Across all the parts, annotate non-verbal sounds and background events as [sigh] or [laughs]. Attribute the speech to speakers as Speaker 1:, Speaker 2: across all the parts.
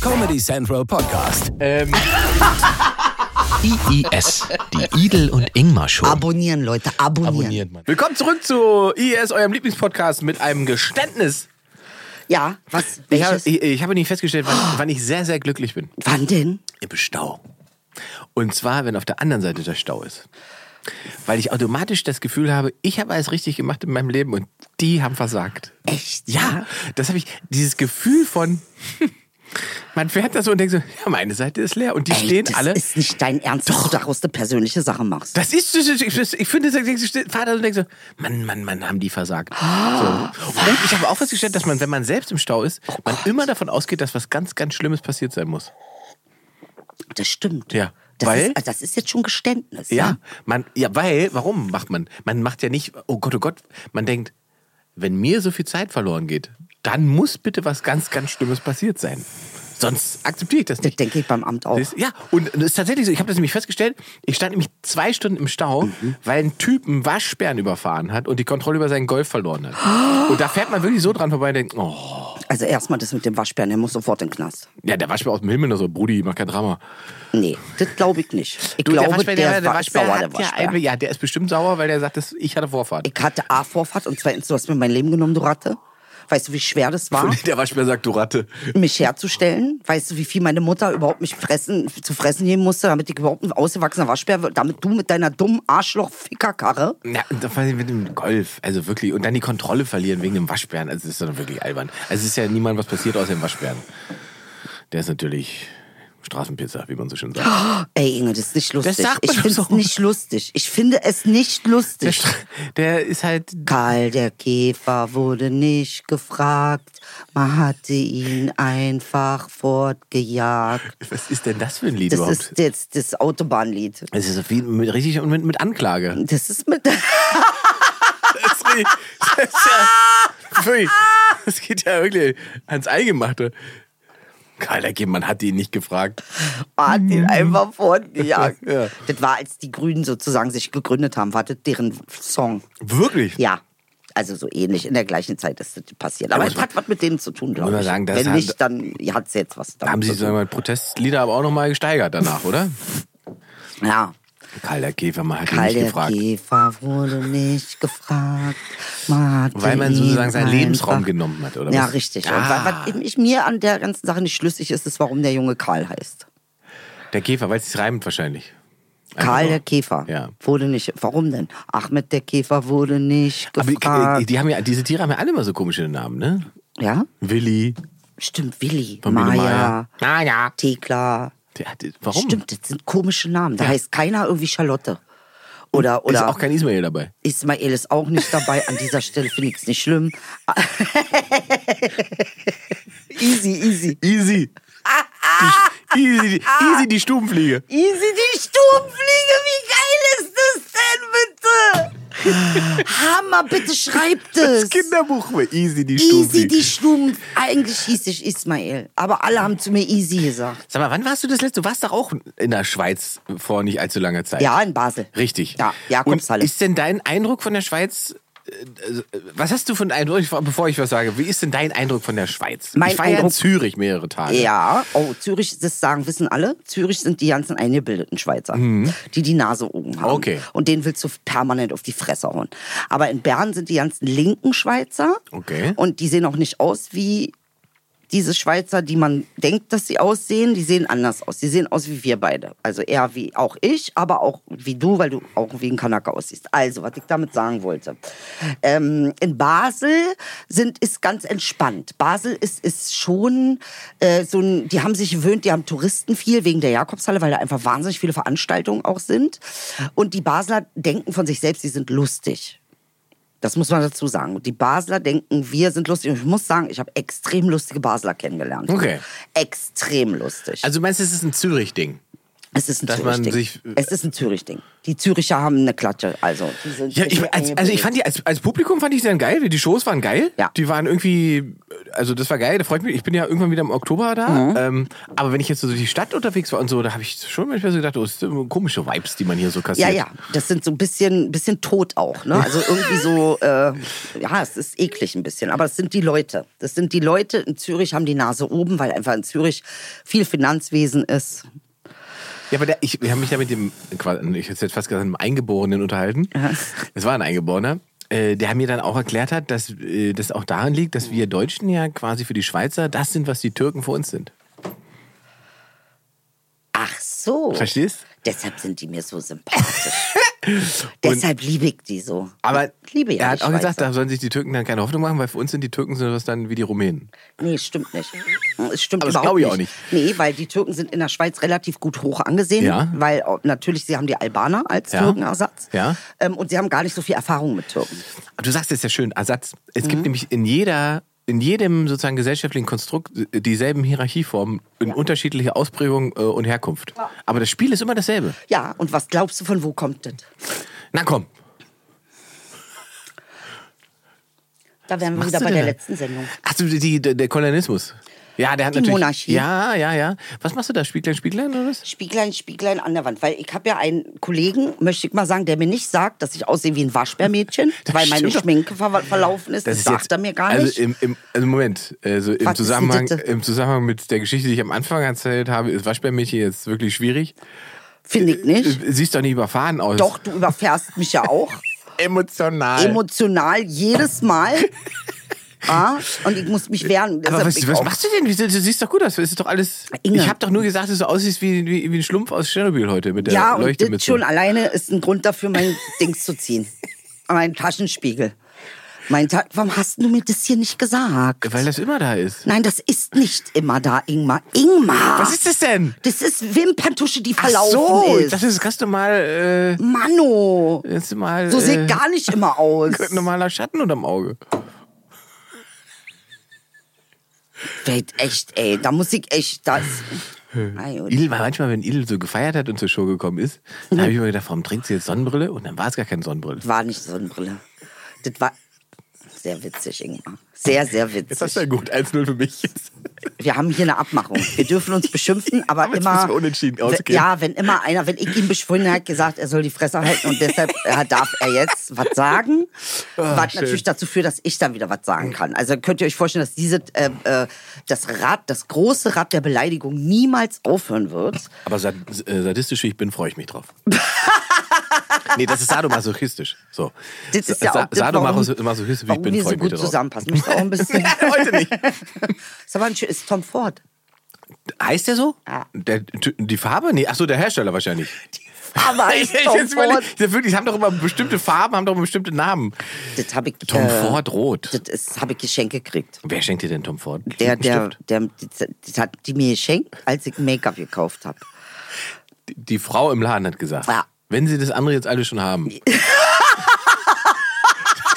Speaker 1: Comedy Central Podcast.
Speaker 2: Ähm,
Speaker 3: IIS, die Idel und Ingmar Show.
Speaker 4: Abonnieren, Leute, abonnieren.
Speaker 2: abonniert man. Willkommen zurück zu IS, eurem Lieblingspodcast mit einem Geständnis.
Speaker 4: Ja, was?
Speaker 2: Ich, hab,
Speaker 4: Welches?
Speaker 2: ich, ich habe nicht festgestellt, wann, wann ich sehr, sehr glücklich bin.
Speaker 4: Wann denn?
Speaker 2: Im Stau. Und zwar, wenn auf der anderen Seite der Stau ist. Weil ich automatisch das Gefühl habe, ich habe alles richtig gemacht in meinem Leben und die haben versagt.
Speaker 4: Echt?
Speaker 2: Ja, das habe ich, dieses Gefühl von, [laughs] man fährt da so und denkt so, ja, meine Seite ist leer und die
Speaker 4: Ey,
Speaker 2: stehen
Speaker 4: das
Speaker 2: alle.
Speaker 4: ist nicht dein Ernst, dass du daraus eine persönliche Sache machst.
Speaker 2: Das ist, das ist- ich, das- ich finde, das- ich fahre da so und denke so, Mann, Mann, Mann, haben die versagt. So. Und ich habe auch festgestellt, dass man, wenn man selbst im Stau ist, man immer davon ausgeht, dass was ganz, ganz Schlimmes passiert sein muss.
Speaker 4: Das stimmt.
Speaker 2: Ja,
Speaker 4: Das,
Speaker 2: weil-
Speaker 4: ist, das ist jetzt schon Geständnis.
Speaker 2: Ja,
Speaker 4: ne?
Speaker 2: man, ja, weil, warum macht man? Man macht ja nicht, oh Gott, oh Gott, man denkt, wenn mir so viel Zeit verloren geht, dann muss bitte was ganz, ganz Schlimmes passiert sein. Sonst akzeptiere ich das
Speaker 4: Das
Speaker 2: nicht.
Speaker 4: denke ich beim Amt auch.
Speaker 2: Das- Ja, und das ist tatsächlich so. Ich habe das nämlich festgestellt. Ich stand nämlich zwei Stunden im Stau,
Speaker 4: Mhm.
Speaker 2: weil ein Typ einen Waschbären überfahren hat und die Kontrolle über seinen Golf verloren hat. Und da fährt man wirklich so dran vorbei und denkt, oh,
Speaker 4: Also erstmal das mit dem Waschbären, der muss sofort in den Knast.
Speaker 2: ja, der Waschbär aus dem Himmel nur so, Brudi, mach kein Drama.
Speaker 4: Nee, das glaube ich nicht. Ich
Speaker 2: Du,
Speaker 4: glaube, der, war sauer,
Speaker 2: hat
Speaker 4: der
Speaker 2: ja,
Speaker 4: Waschbär.
Speaker 2: eine- ja, der ist bestimmt sauer, weil der sagt, das- ich hatte Vorfahrt.
Speaker 4: ich hatte A, Vorfahrt und zweitens, du hast mir mein Leben genommen, du Ratte. Weißt du, wie schwer das war,
Speaker 2: Und der Waschbär sagt, du Ratte.
Speaker 4: mich herzustellen? Weißt du, wie viel meine Mutter überhaupt mich fressen, zu fressen geben musste, damit ich überhaupt ein ausgewachsener Waschbär wird, damit du mit deiner dummen Arschloch-Fickerkarre
Speaker 2: Ja, und vor allem mit dem Golf, also wirklich. Und dann die Kontrolle verlieren wegen dem Waschbären, also das ist dann wirklich albern. Also es ist ja niemand was passiert außer dem Waschbären. Der ist natürlich Straßenpizza, wie man so schön sagt.
Speaker 4: Ey, Inge, das ist nicht lustig.
Speaker 2: Das sagt man
Speaker 4: ich
Speaker 2: doch
Speaker 4: finde es
Speaker 2: so.
Speaker 4: nicht lustig. Ich finde es nicht
Speaker 2: Der,
Speaker 4: lustig.
Speaker 2: Stra- der ist halt,
Speaker 4: Karl der Käfer wurde nicht gefragt. Man hatte ihn einfach fortgejagt.
Speaker 2: was ist denn das für ein Lied
Speaker 4: Das
Speaker 2: überhaupt?
Speaker 4: ist jetzt das Autobahnlied.
Speaker 2: es ist so viel mit, richtig und mit, mit Anklage.
Speaker 4: Das ist mit.
Speaker 2: [laughs] Das ist, richtig- das ist ja, wirklich, das geht ja wirklich ans Eingemachte. Karl, der Kind, man hat ihn nicht gefragt.
Speaker 4: Man hat
Speaker 2: Mhm.
Speaker 4: ihn einfach fortgejagt.
Speaker 2: Ja.
Speaker 4: Das war, als die Grünen sozusagen sich gegründet haben, war das deren Song.
Speaker 2: Wirklich?
Speaker 4: Ja. Also so ähnlich, in der gleichen Zeit ist das passiert. Aber
Speaker 2: Ja,
Speaker 4: es hat was mit denen zu tun,
Speaker 2: Muss
Speaker 4: glaube
Speaker 2: man
Speaker 4: ich.
Speaker 2: sagen, das
Speaker 4: Wenn
Speaker 2: hat-
Speaker 4: nicht, dann hat es jetzt was
Speaker 2: Da haben
Speaker 4: damit
Speaker 2: sie
Speaker 4: zu
Speaker 2: sagen wir mal, Protestlieder aber auch nochmal gesteigert danach, oder?
Speaker 4: tun. Ja.
Speaker 2: Karl der Käfer, man hat ihn
Speaker 4: Karl
Speaker 2: nicht
Speaker 4: der
Speaker 2: gefragt.
Speaker 4: Käfer wurde nicht gefragt. Man hatte
Speaker 2: Weil man sozusagen
Speaker 4: ihn
Speaker 2: seinen Lebensraum
Speaker 4: einfach-
Speaker 2: genommen hat, oder
Speaker 4: Ja,
Speaker 2: was?
Speaker 4: richtig. Und
Speaker 2: Ah.
Speaker 4: weil, was eben ich mir an der ganzen Sache nicht schlüssig ist, ist, warum der junge Karl heißt.
Speaker 2: Der Käfer, weil es sich reimt wahrscheinlich. Einfach
Speaker 4: Karl
Speaker 2: nur.
Speaker 4: der Käfer
Speaker 2: Ja.
Speaker 4: wurde nicht. Warum denn? Ahmed der Käfer wurde nicht
Speaker 2: Aber die, äh,
Speaker 4: gefragt.
Speaker 2: die haben ja, diese Tiere haben ja alle immer so komische Namen, ne?
Speaker 4: ja,
Speaker 2: Willi,
Speaker 4: stimmt. Willi,
Speaker 2: Bambino
Speaker 4: Maya,
Speaker 2: Maya. Maya.
Speaker 4: Thekla.
Speaker 2: Der hat- Warum?
Speaker 4: Stimmt, das sind komische Namen. Da
Speaker 2: Ja.
Speaker 4: heißt keiner irgendwie Charlotte. Oder, oder
Speaker 2: Ist auch kein Ismail dabei.
Speaker 4: Ismael ist auch nicht dabei. An dieser Stelle finde ich es nicht schlimm. [laughs] easy, easy.
Speaker 2: Easy. die, easy, die, easy die Stubenfliege.
Speaker 4: Easy, die Stubenfliege, wie geil ist das denn bitte? Hammer,
Speaker 2: [laughs]
Speaker 4: bitte schreibt es.
Speaker 2: Das Kinderbuch. Easy die Stubenfliege.
Speaker 4: Easy, die Stubenfliege. Eigentlich hieß ich Ismael. Aber alle haben zu mir Easy gesagt.
Speaker 2: Sag mal, wann warst du das letzte? Du warst doch auch in der Schweiz vor nicht allzu langer Zeit.
Speaker 4: Ja, in Basel.
Speaker 2: Richtig.
Speaker 4: Ja, Jakobshalle.
Speaker 2: Und ist denn dein Eindruck von der Schweiz? äh, äh, Was hast du von Eindruck, Ich- bevor ich was sage, wie ist denn dein Eindruck von der Schweiz?
Speaker 4: Mein
Speaker 2: ich war ja in
Speaker 4: Eindruck-
Speaker 2: Zürich mehrere Tage.
Speaker 4: Ja, oh, Zürich, das sagen, wissen alle, Zürich sind die ganzen eingebildeten Schweizer, die die Nase oben haben.
Speaker 2: Mhm. Okay.
Speaker 4: Und denen willst du permanent auf die Fresse hauen. Aber in Bern sind die ganzen linken Schweizer.
Speaker 2: Okay.
Speaker 4: Und die sehen auch nicht aus wie diese Schweizer, die man denkt, dass sie aussehen. Die sehen anders aus. Die sehen aus wie wir beide. Also eher wie auch ich, aber auch wie du, weil du auch wie ein Kanake aussiehst. Also, was ich damit sagen wollte. Ähm, in Basel sind, ist ganz entspannt. Basel ist, ist schon äh, so ein, die haben sich gewöhnt, die haben Touristen viel wegen der Jakobshalle, weil da einfach wahnsinnig viele Veranstaltungen auch sind. Und die Basler denken von sich selbst, sie sind lustig. Das muss man dazu sagen. Die Basler denken, wir sind lustig. Und ich muss sagen, ich habe extrem lustige Basler kennengelernt.
Speaker 2: Okay.
Speaker 4: Extrem lustig.
Speaker 2: Also meinst du, es ist ein Zürich-Ding?
Speaker 4: Es ist ein
Speaker 2: Dass man
Speaker 4: Zürich-Ding.
Speaker 2: sich- äh,
Speaker 4: Es ist ein Zürich-Ding. Die Züricher haben eine Klatsche. Also, die sind
Speaker 2: Ja, ich,
Speaker 4: richtig
Speaker 2: als, also ich fand die als, als Publikum fand ich sie dann geil. Die Shows waren geil.
Speaker 4: Ja.
Speaker 2: Die waren irgendwie, also das war geil. Da freut mich. Ich bin ja irgendwann wieder im Oktober da.
Speaker 4: Mhm.
Speaker 2: Ähm, aber wenn ich jetzt so durch die Stadt unterwegs war und so, da habe ich schon manchmal so gedacht, oh, das sind komische Vibes, die man hier so kassiert.
Speaker 4: Ja, ja, das sind so ein bisschen, bisschen tot auch. Ne? Also irgendwie so, äh, ja, es ist eklig ein bisschen. Aber es sind die Leute. Das sind die Leute. In Zürich haben die Nase oben, weil einfach in Zürich viel Finanzwesen ist.
Speaker 2: Ja, aber der, ich, ich habe mich da mit dem, ich hätte jetzt fast gesagt, einem Eingeborenen unterhalten. Es war ein Eingeborener. äh, Der mir dann auch erklärt hat, dass äh, das auch daran liegt, dass wir Deutschen ja quasi für die Schweizer das sind, was die Türken für uns sind.
Speaker 4: Ach so.
Speaker 2: Verstehst?
Speaker 4: Deshalb sind die mir
Speaker 2: [laughs]
Speaker 4: so sympathisch. Deshalb liebe ich die so.
Speaker 2: Aber
Speaker 4: Ich liebe ja
Speaker 2: er hat
Speaker 4: die
Speaker 2: auch gesagt,
Speaker 4: Schweizer.
Speaker 2: da sollen sich die Türken dann keine Hoffnung machen, weil für uns sind die Türken sowas dann wie die Rumänen.
Speaker 4: Nee, stimmt nicht. Hm, Es stimmt
Speaker 2: Aber das
Speaker 4: überhaupt
Speaker 2: glaube ich auch
Speaker 4: Nee, weil die Türken sind in der Schweiz relativ gut hoch angesehen,
Speaker 2: Ja.
Speaker 4: weil auch- natürlich sie haben die Albaner als
Speaker 2: Ja.
Speaker 4: Türkenersatz.
Speaker 2: Ja.
Speaker 4: Ähm, und sie haben gar nicht so viel Erfahrung mit Türken.
Speaker 2: Aber du sagst es ja schön, Ersatz. Es
Speaker 4: Mhm.
Speaker 2: gibt nämlich in jeder, in jedem sozusagen gesellschaftlichen Konstrukt dieselben Hierarchieformen in unterschiedlicher Ausprägung äh, und Herkunft. Aber das Spiel ist immer dasselbe.
Speaker 4: Ja, und was glaubst du, von wo kommt das?
Speaker 2: Na komm.
Speaker 4: Da wären wir
Speaker 2: machst
Speaker 4: wieder
Speaker 2: du
Speaker 4: bei
Speaker 2: denn
Speaker 4: der
Speaker 2: da?
Speaker 4: letzten Sendung.
Speaker 2: Ach so, die, die, der Kolonialismus. Ja, der hat
Speaker 4: Die
Speaker 2: natürlich.
Speaker 4: Monarchie.
Speaker 2: Ja, ja, ja. Was machst du da? Spieglein, Spieglein oder was?
Speaker 4: Spieglein, Spieglein an der Wand. Weil ich habe ja einen Kollegen, möchte ich mal sagen, der mir nicht sagt, dass ich aussehe wie ein Waschbärmädchen,
Speaker 2: Das
Speaker 4: weil meine
Speaker 2: stimmt doch.
Speaker 4: Schminke ver verlaufen ist. Das, sagt er mir gar nicht.
Speaker 2: Also im, im also Moment, also im
Speaker 4: Was ist die
Speaker 2: Zusammenhang,
Speaker 4: Ditte?
Speaker 2: im Zusammenhang mit der Geschichte, die ich am Anfang erzählt habe, ist Waschbärmädchen jetzt wirklich schwierig.
Speaker 4: Finde ich nicht.
Speaker 2: Äh, Siehst doch nicht überfahren aus.
Speaker 4: Doch, du überfährst mich
Speaker 2: [laughs]
Speaker 4: ja auch.
Speaker 2: Emotional.
Speaker 4: Emotional
Speaker 2: [laughs]
Speaker 4: jedes Mal. ah, und ich muss mich wehren.
Speaker 2: aber was,
Speaker 4: Deshalb Also ich
Speaker 2: was
Speaker 4: auch-
Speaker 2: machst du denn? Wieso- Du siehst doch gut aus. Es Ist doch alles.
Speaker 4: Inge.
Speaker 2: Ich habe doch nur gesagt, dass du aussiehst wie, wie, wie ein Schlumpf aus Tschernobyl heute mit der
Speaker 4: Ja, und
Speaker 2: Leuchte
Speaker 4: das
Speaker 2: mit.
Speaker 4: schon alleine ist ein Grund
Speaker 2: [laughs]
Speaker 4: dafür, mein Dings zu ziehen. Mein Taschenspiegel. Mein Ta Warum hast du mir das hier nicht gesagt?
Speaker 2: Weil das immer da ist.
Speaker 4: Nein, das ist nicht immer da, Ingmar. Ingmar!
Speaker 2: Was ist das denn?
Speaker 4: Das ist Wimperntusche, die
Speaker 2: Ach
Speaker 4: verlaufen
Speaker 2: so,
Speaker 4: ist.
Speaker 2: das ist kannst du mal. Äh,
Speaker 4: Mano!
Speaker 2: jetzt mal
Speaker 4: So sieht
Speaker 2: äh, Genau.
Speaker 4: gar nicht
Speaker 2: [laughs]
Speaker 4: immer aus.
Speaker 2: normaler Schatten unterm Auge.
Speaker 4: Welt, echt, ey. Da muss ich echt das.
Speaker 2: Äh.
Speaker 4: Ei, und-
Speaker 2: Idel war manchmal, wenn Idel so gefeiert hat und zur Show gekommen ist, dann habe ich immer gedacht, warum trinkt sie jetzt Sonnenbrille? Und dann war es gar keine Sonnenbrille.
Speaker 4: war nicht Sonnenbrille. Das war sehr witzig, Ingmar. Sehr, sehr witzig.
Speaker 2: gut, 1-0 für mich.
Speaker 4: Wir haben hier eine Abmachung. Wir dürfen uns beschimpfen, aber,
Speaker 2: Aber jetzt
Speaker 4: immer.
Speaker 2: müssen wir unentschieden ausgehen.
Speaker 4: Ja, wenn immer einer, wenn ich ihm beschwunden hat, gesagt, er soll die Fresse halten und deshalb äh, darf er jetzt was sagen. was
Speaker 2: Ah, schön.
Speaker 4: natürlich dazu führt, dass ich dann wieder was sagen kann. Also könnt ihr euch vorstellen, dass diese, äh, äh, das Rad, das große Rad der Beleidigung niemals aufhören wird.
Speaker 2: Aber sad äh, sadistisch wie ich bin, freue ich mich drauf.
Speaker 4: [laughs]
Speaker 2: nee, das ist sadomasochistisch. So.
Speaker 4: Das ist ja
Speaker 2: Sa-
Speaker 4: auch das,
Speaker 2: Sadomasochistisch wie ich
Speaker 4: warum
Speaker 2: bin,
Speaker 4: wir
Speaker 2: freue
Speaker 4: so
Speaker 2: ich mich
Speaker 4: gut
Speaker 2: drauf.
Speaker 4: zusammenpassen. Möchtest du auch
Speaker 2: [laughs]
Speaker 4: ein bisschen.
Speaker 2: Heute nicht.
Speaker 4: [laughs] ist aber ein schön, ist Tom Ford.
Speaker 2: Heißt der so?
Speaker 4: Ja.
Speaker 2: Der, die Farbe? Nee, achso, der Hersteller
Speaker 4: [laughs]
Speaker 2: wahrscheinlich. [laughs]
Speaker 4: Aber
Speaker 2: Ich-
Speaker 4: ist
Speaker 2: ich-
Speaker 4: Tom
Speaker 2: jetzt überleg-
Speaker 4: Ford.
Speaker 2: Ja, wirklich, haben doch immer bestimmte Farben, haben doch immer bestimmte Namen.
Speaker 4: Das habe ich.
Speaker 2: Tom
Speaker 4: äh,
Speaker 2: Ford Rot.
Speaker 4: Das habe ich geschenkt gekriegt.
Speaker 2: Wer schenkt dir denn Tom Ford?
Speaker 4: Der, der,
Speaker 2: Stimmt.
Speaker 4: der, das hat die mir geschenkt, als ich Make-up gekauft habe.
Speaker 2: Die Frau im Laden hat gesagt,
Speaker 4: Ja.
Speaker 2: wenn sie das andere jetzt alle schon
Speaker 4: [laughs]
Speaker 2: haben,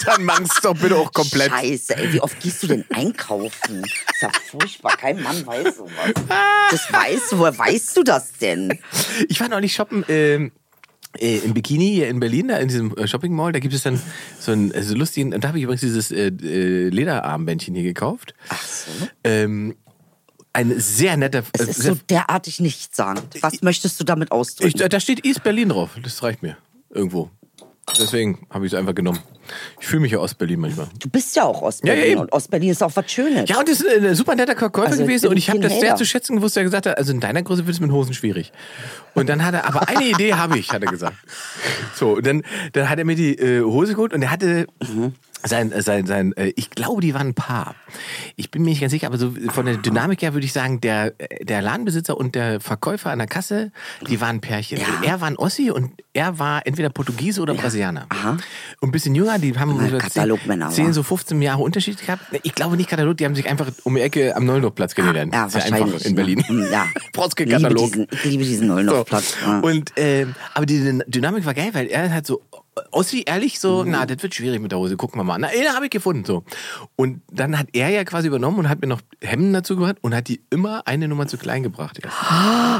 Speaker 2: dann mangst doch bitte auch komplett.
Speaker 4: Scheiße, ey, wie oft gehst du denn einkaufen? Ist ja furchtbar, kein Mann weiß sowas. Das weiß, woher weißt du das denn?
Speaker 2: Ich war neulich shoppen ähm, äh, im Bikini hier in Berlin, da in diesem äh, Shopping Mall. Da gibt es dann so einen äh, so lustigen, und da habe ich übrigens dieses äh, äh, Lederarmbändchen hier gekauft. Ach so. Ähm, ein sehr netter.
Speaker 4: Es
Speaker 2: äh,
Speaker 4: ist
Speaker 2: sehr,
Speaker 4: so derartig nichtssagend. Was möchtest du damit
Speaker 2: ich, äh,
Speaker 4: ausdrücken?
Speaker 2: da steht East Berlin drauf. Das reicht mir. Irgendwo. Deswegen habe ich es einfach genommen. Ich fühle mich ja Ostberlin manchmal.
Speaker 4: Du bist ja auch
Speaker 2: Ja,
Speaker 4: Ostberlin
Speaker 2: ja, eben.
Speaker 4: und Ostberlin ist auch was Schönes.
Speaker 2: Ja, und das ist ein äh, super netter Verkäufer
Speaker 4: Also,
Speaker 2: gewesen und ich habe
Speaker 4: Tim
Speaker 2: das sehr
Speaker 4: Hader.
Speaker 2: zu schätzen gewusst, der gesagt hat, also in deiner Größe wird es mit Hosen schwierig. Und dann hat er, aber eine Idee habe ich, hat er gesagt. So, und dann, dann hat er mir die äh, Hose geholt und er hatte sein, äh, sein, sein, äh, ich glaube, die waren ein Paar. Ich bin mir nicht ganz sicher, aber so von der Dynamik her würde ich sagen, der, äh, der Ladenbesitzer und der Verkäufer an der Kasse, die waren Pärchen. Er war ein Ossi und er war entweder Portugiese oder Brasilianer. Und ein bisschen jünger, die haben
Speaker 4: Na,
Speaker 2: so
Speaker 4: Katalogmänner,
Speaker 2: zehn,
Speaker 4: wa?
Speaker 2: zehn so 15 Jahre Unterschied gehabt? Ich glaube nicht Katalog, die haben sich einfach um die Ecke am Neulendorfplatz kennengelernt.
Speaker 4: Ah, Ja,
Speaker 2: Sehr
Speaker 4: wahrscheinlich.
Speaker 2: einfach in
Speaker 4: ne?
Speaker 2: Berlin.
Speaker 4: Hm,
Speaker 2: [laughs]
Speaker 4: Ja.
Speaker 2: Protzke
Speaker 4: Ich liebe
Speaker 2: Katalog.
Speaker 4: diesen, ne? ich liebe diesen
Speaker 2: So.
Speaker 4: Neulendorfplatz. Ja.
Speaker 2: Und ähm, aber die Dyn- Dynamik war geil, weil er halt so Ossi ehrlich so,
Speaker 4: Mhm.
Speaker 2: na, das wird schwierig mit der Hose, gucken wir mal. Na, eh, da habe ich gefunden, so. Und dann hat er ja quasi übernommen und hat mir noch Hemden dazu gebracht und hat die immer eine Nummer zu klein gebracht. erst. [laughs]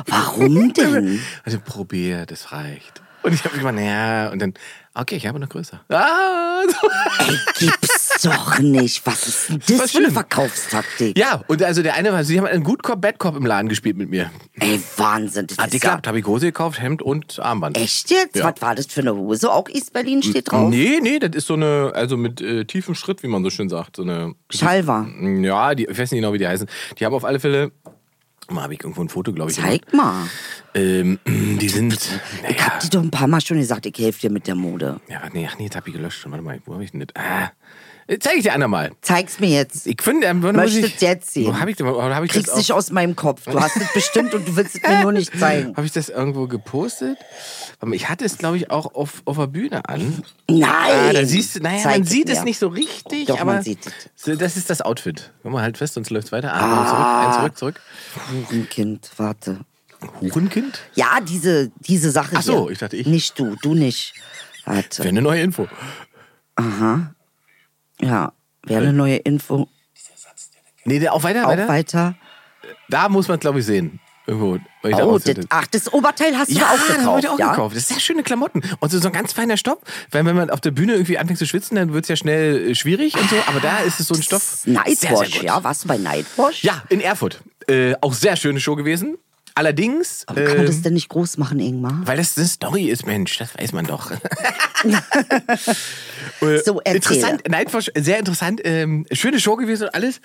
Speaker 4: Warum denn?
Speaker 2: Also probier, das reicht. Und ich habe immer, naja, und dann, okay, ich habe noch größer. Ah, so.
Speaker 4: Gibt's doch nicht. Was ist denn das
Speaker 2: war
Speaker 4: für eine
Speaker 2: schlimm.
Speaker 4: Verkaufstaktik?
Speaker 2: Ja, und also der eine war, sie haben einen Good Cop, Bad Cop im Laden gespielt mit mir.
Speaker 4: Ey, Wahnsinn. Das
Speaker 2: Hat die
Speaker 4: ist ja
Speaker 2: gehabt, habe ich Hose gekauft, Hemd und Armband.
Speaker 4: Ah, echt jetzt?
Speaker 2: Ja.
Speaker 4: Was war das für eine Hose? Auch East Berlin steht drauf.
Speaker 2: Nee, nee, das ist so eine, also mit äh, tiefem Schritt, wie man so schön sagt. So eine
Speaker 4: Schalwa.
Speaker 2: Ja, die, ich weiß nicht genau, wie die heißen. Die haben auf alle Fälle, mal habe ich irgendwo ein Foto, glaube ich.
Speaker 4: Zeig mal.
Speaker 2: gemacht. Ähm, [clears throat] die sind, naja,
Speaker 4: Die doch ein paar Mal schon gesagt, ich helfe dir mit der Mode.
Speaker 2: ja, warte, nee, ach nee, das habe ich gelöscht. Warte mal, wo habe ich denn das? Ah, zeige ich dir einmal.
Speaker 4: Zeig's mir jetzt.
Speaker 2: Ich finde, ähm, würde
Speaker 4: Möchtest
Speaker 2: ich,
Speaker 4: jetzt sehen.
Speaker 2: Wo habe ich, denn- wo hab ich
Speaker 4: Kriegst
Speaker 2: das
Speaker 4: dich aus meinem Kopf. Du hast es bestimmt und du willst es mir nur nicht
Speaker 2: [laughs]
Speaker 4: zeigen.
Speaker 2: Habe ich das irgendwo gepostet? Warte mal, Ich hatte es, glaube ich, auch auf, auf der Bühne an.
Speaker 4: Nein!
Speaker 2: Ah, da siehst du, naja,
Speaker 4: Zeig
Speaker 2: man sieht
Speaker 4: mir.
Speaker 2: es nicht so richtig,
Speaker 4: Doch,
Speaker 2: aber
Speaker 4: man sieht es.
Speaker 2: so, das ist das Outfit. Hör mal halt fest, sonst läuft's weiter. Ah, zurück, ein zurück,
Speaker 4: Hurenkind, warte.
Speaker 2: zurück. Hurenkind?
Speaker 4: Ja, diese, diese Sache
Speaker 2: Ach so,
Speaker 4: hier.
Speaker 2: ich dachte, ich-
Speaker 4: Nicht du, du nicht. Warte.
Speaker 2: Wäre eine neue Info.
Speaker 4: Ja, wäre eine neue Info.
Speaker 2: Nee, der- auch weiter,
Speaker 4: Auch
Speaker 2: weiter.
Speaker 4: weiter.
Speaker 2: Da muss man es, glaube ich, sehen. Irgendwo. weil ich da
Speaker 4: Oh, das,
Speaker 2: ausschnitte.
Speaker 4: ach, das Oberteil hast du
Speaker 2: ja,
Speaker 4: da auch
Speaker 2: das
Speaker 4: gekauft.
Speaker 2: haben wir auch
Speaker 4: ja?
Speaker 2: gekauft. Das sind sehr schöne Klamotten. Und so, so ein ganz feiner Stoff. Weil wenn man auf der Bühne irgendwie anfängt zu schwitzen, dann wird's ja schnell äh, schwierig und so. Aber da ist es so ein Stoff.
Speaker 4: Das ist
Speaker 2: Sehr, sehr
Speaker 4: Nightwash,
Speaker 2: gut.
Speaker 4: ja? Warst du bei Nightwash?
Speaker 2: Ja, in Erfurt. Äh, auch sehr schöne Show gewesen. Allerdings,
Speaker 4: Warum kann man
Speaker 2: äh,
Speaker 4: das denn nicht groß machen, Ingmar?
Speaker 2: weil das eine Story ist, Mensch, das weiß man
Speaker 4: [laughs]
Speaker 2: doch. Äh,
Speaker 4: So, erzähl.
Speaker 2: interessant, nein, sehr interessant. Ähm, schöne Show gewesen und alles.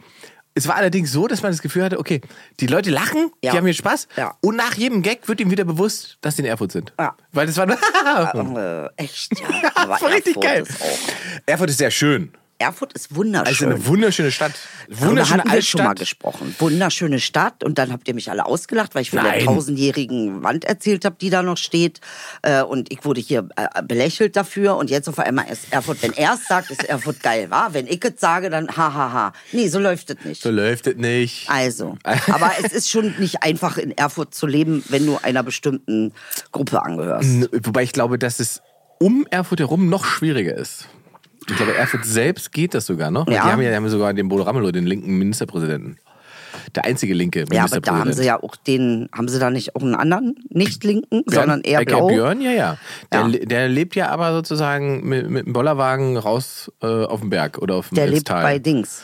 Speaker 2: Es war allerdings so, dass man das Gefühl hatte, okay, die Leute lachen,
Speaker 4: Ja.
Speaker 2: die haben hier Spaß
Speaker 4: Ja.
Speaker 2: und nach jedem Gag wird ihm wieder bewusst, dass sie in Erfurt sind.
Speaker 4: Ja.
Speaker 2: Weil das war nur [laughs]
Speaker 4: Äh, echt, ja. Aber
Speaker 2: Das war richtig
Speaker 4: Erfurt
Speaker 2: geil.
Speaker 4: Ist auch,
Speaker 2: Erfurt ist sehr schön.
Speaker 4: Erfurt ist
Speaker 2: Also
Speaker 4: wunderschön.
Speaker 2: eine wunderschöne Stadt.
Speaker 4: Darüber
Speaker 2: Wunderschöne
Speaker 4: hatten wir schon mal
Speaker 2: Altstadt.
Speaker 4: gesprochen. Wunderschöne Stadt. Und dann habt ihr mich alle ausgelacht, weil ich von der
Speaker 2: Nein.
Speaker 4: tausendjährigen Wand erzählt habe, die da noch steht. Äh, Und ich wurde hier äh, belächelt dafür. Und jetzt auf einmal ist Erfurt, wenn er es sagt, ist Erfurt geil, war. Wenn ich es sage, dann hahaha. Ha, ha. Nee, so läuft es nicht.
Speaker 2: so läuft es nicht.
Speaker 4: Also, aber es ist schon nicht einfach, in Erfurt zu leben, wenn du einer bestimmten Gruppe angehörst.
Speaker 2: Ne, Wobei ich glaube, dass es um Erfurt herum noch schwieriger ist. Ich glaube, Erfurt selbst geht das sogar noch.
Speaker 4: Ja.
Speaker 2: Die haben ja die haben ja sogar den Bodo Ramelow, den linken Ministerpräsidenten. Der einzige linke
Speaker 4: Ja,
Speaker 2: Ministerpräsident.
Speaker 4: aber da haben sie ja auch den, haben sie da nicht auch einen anderen, nicht linken,
Speaker 2: Björn-
Speaker 4: sondern eher
Speaker 2: aka
Speaker 4: blau?
Speaker 2: Björn, ja, ja. Der,
Speaker 4: Ja.
Speaker 2: le- der lebt ja aber sozusagen mit, mit dem Bollerwagen raus äh, auf den Berg oder auf dem
Speaker 4: Der
Speaker 2: ins
Speaker 4: lebt
Speaker 2: Tal.
Speaker 4: bei Dings.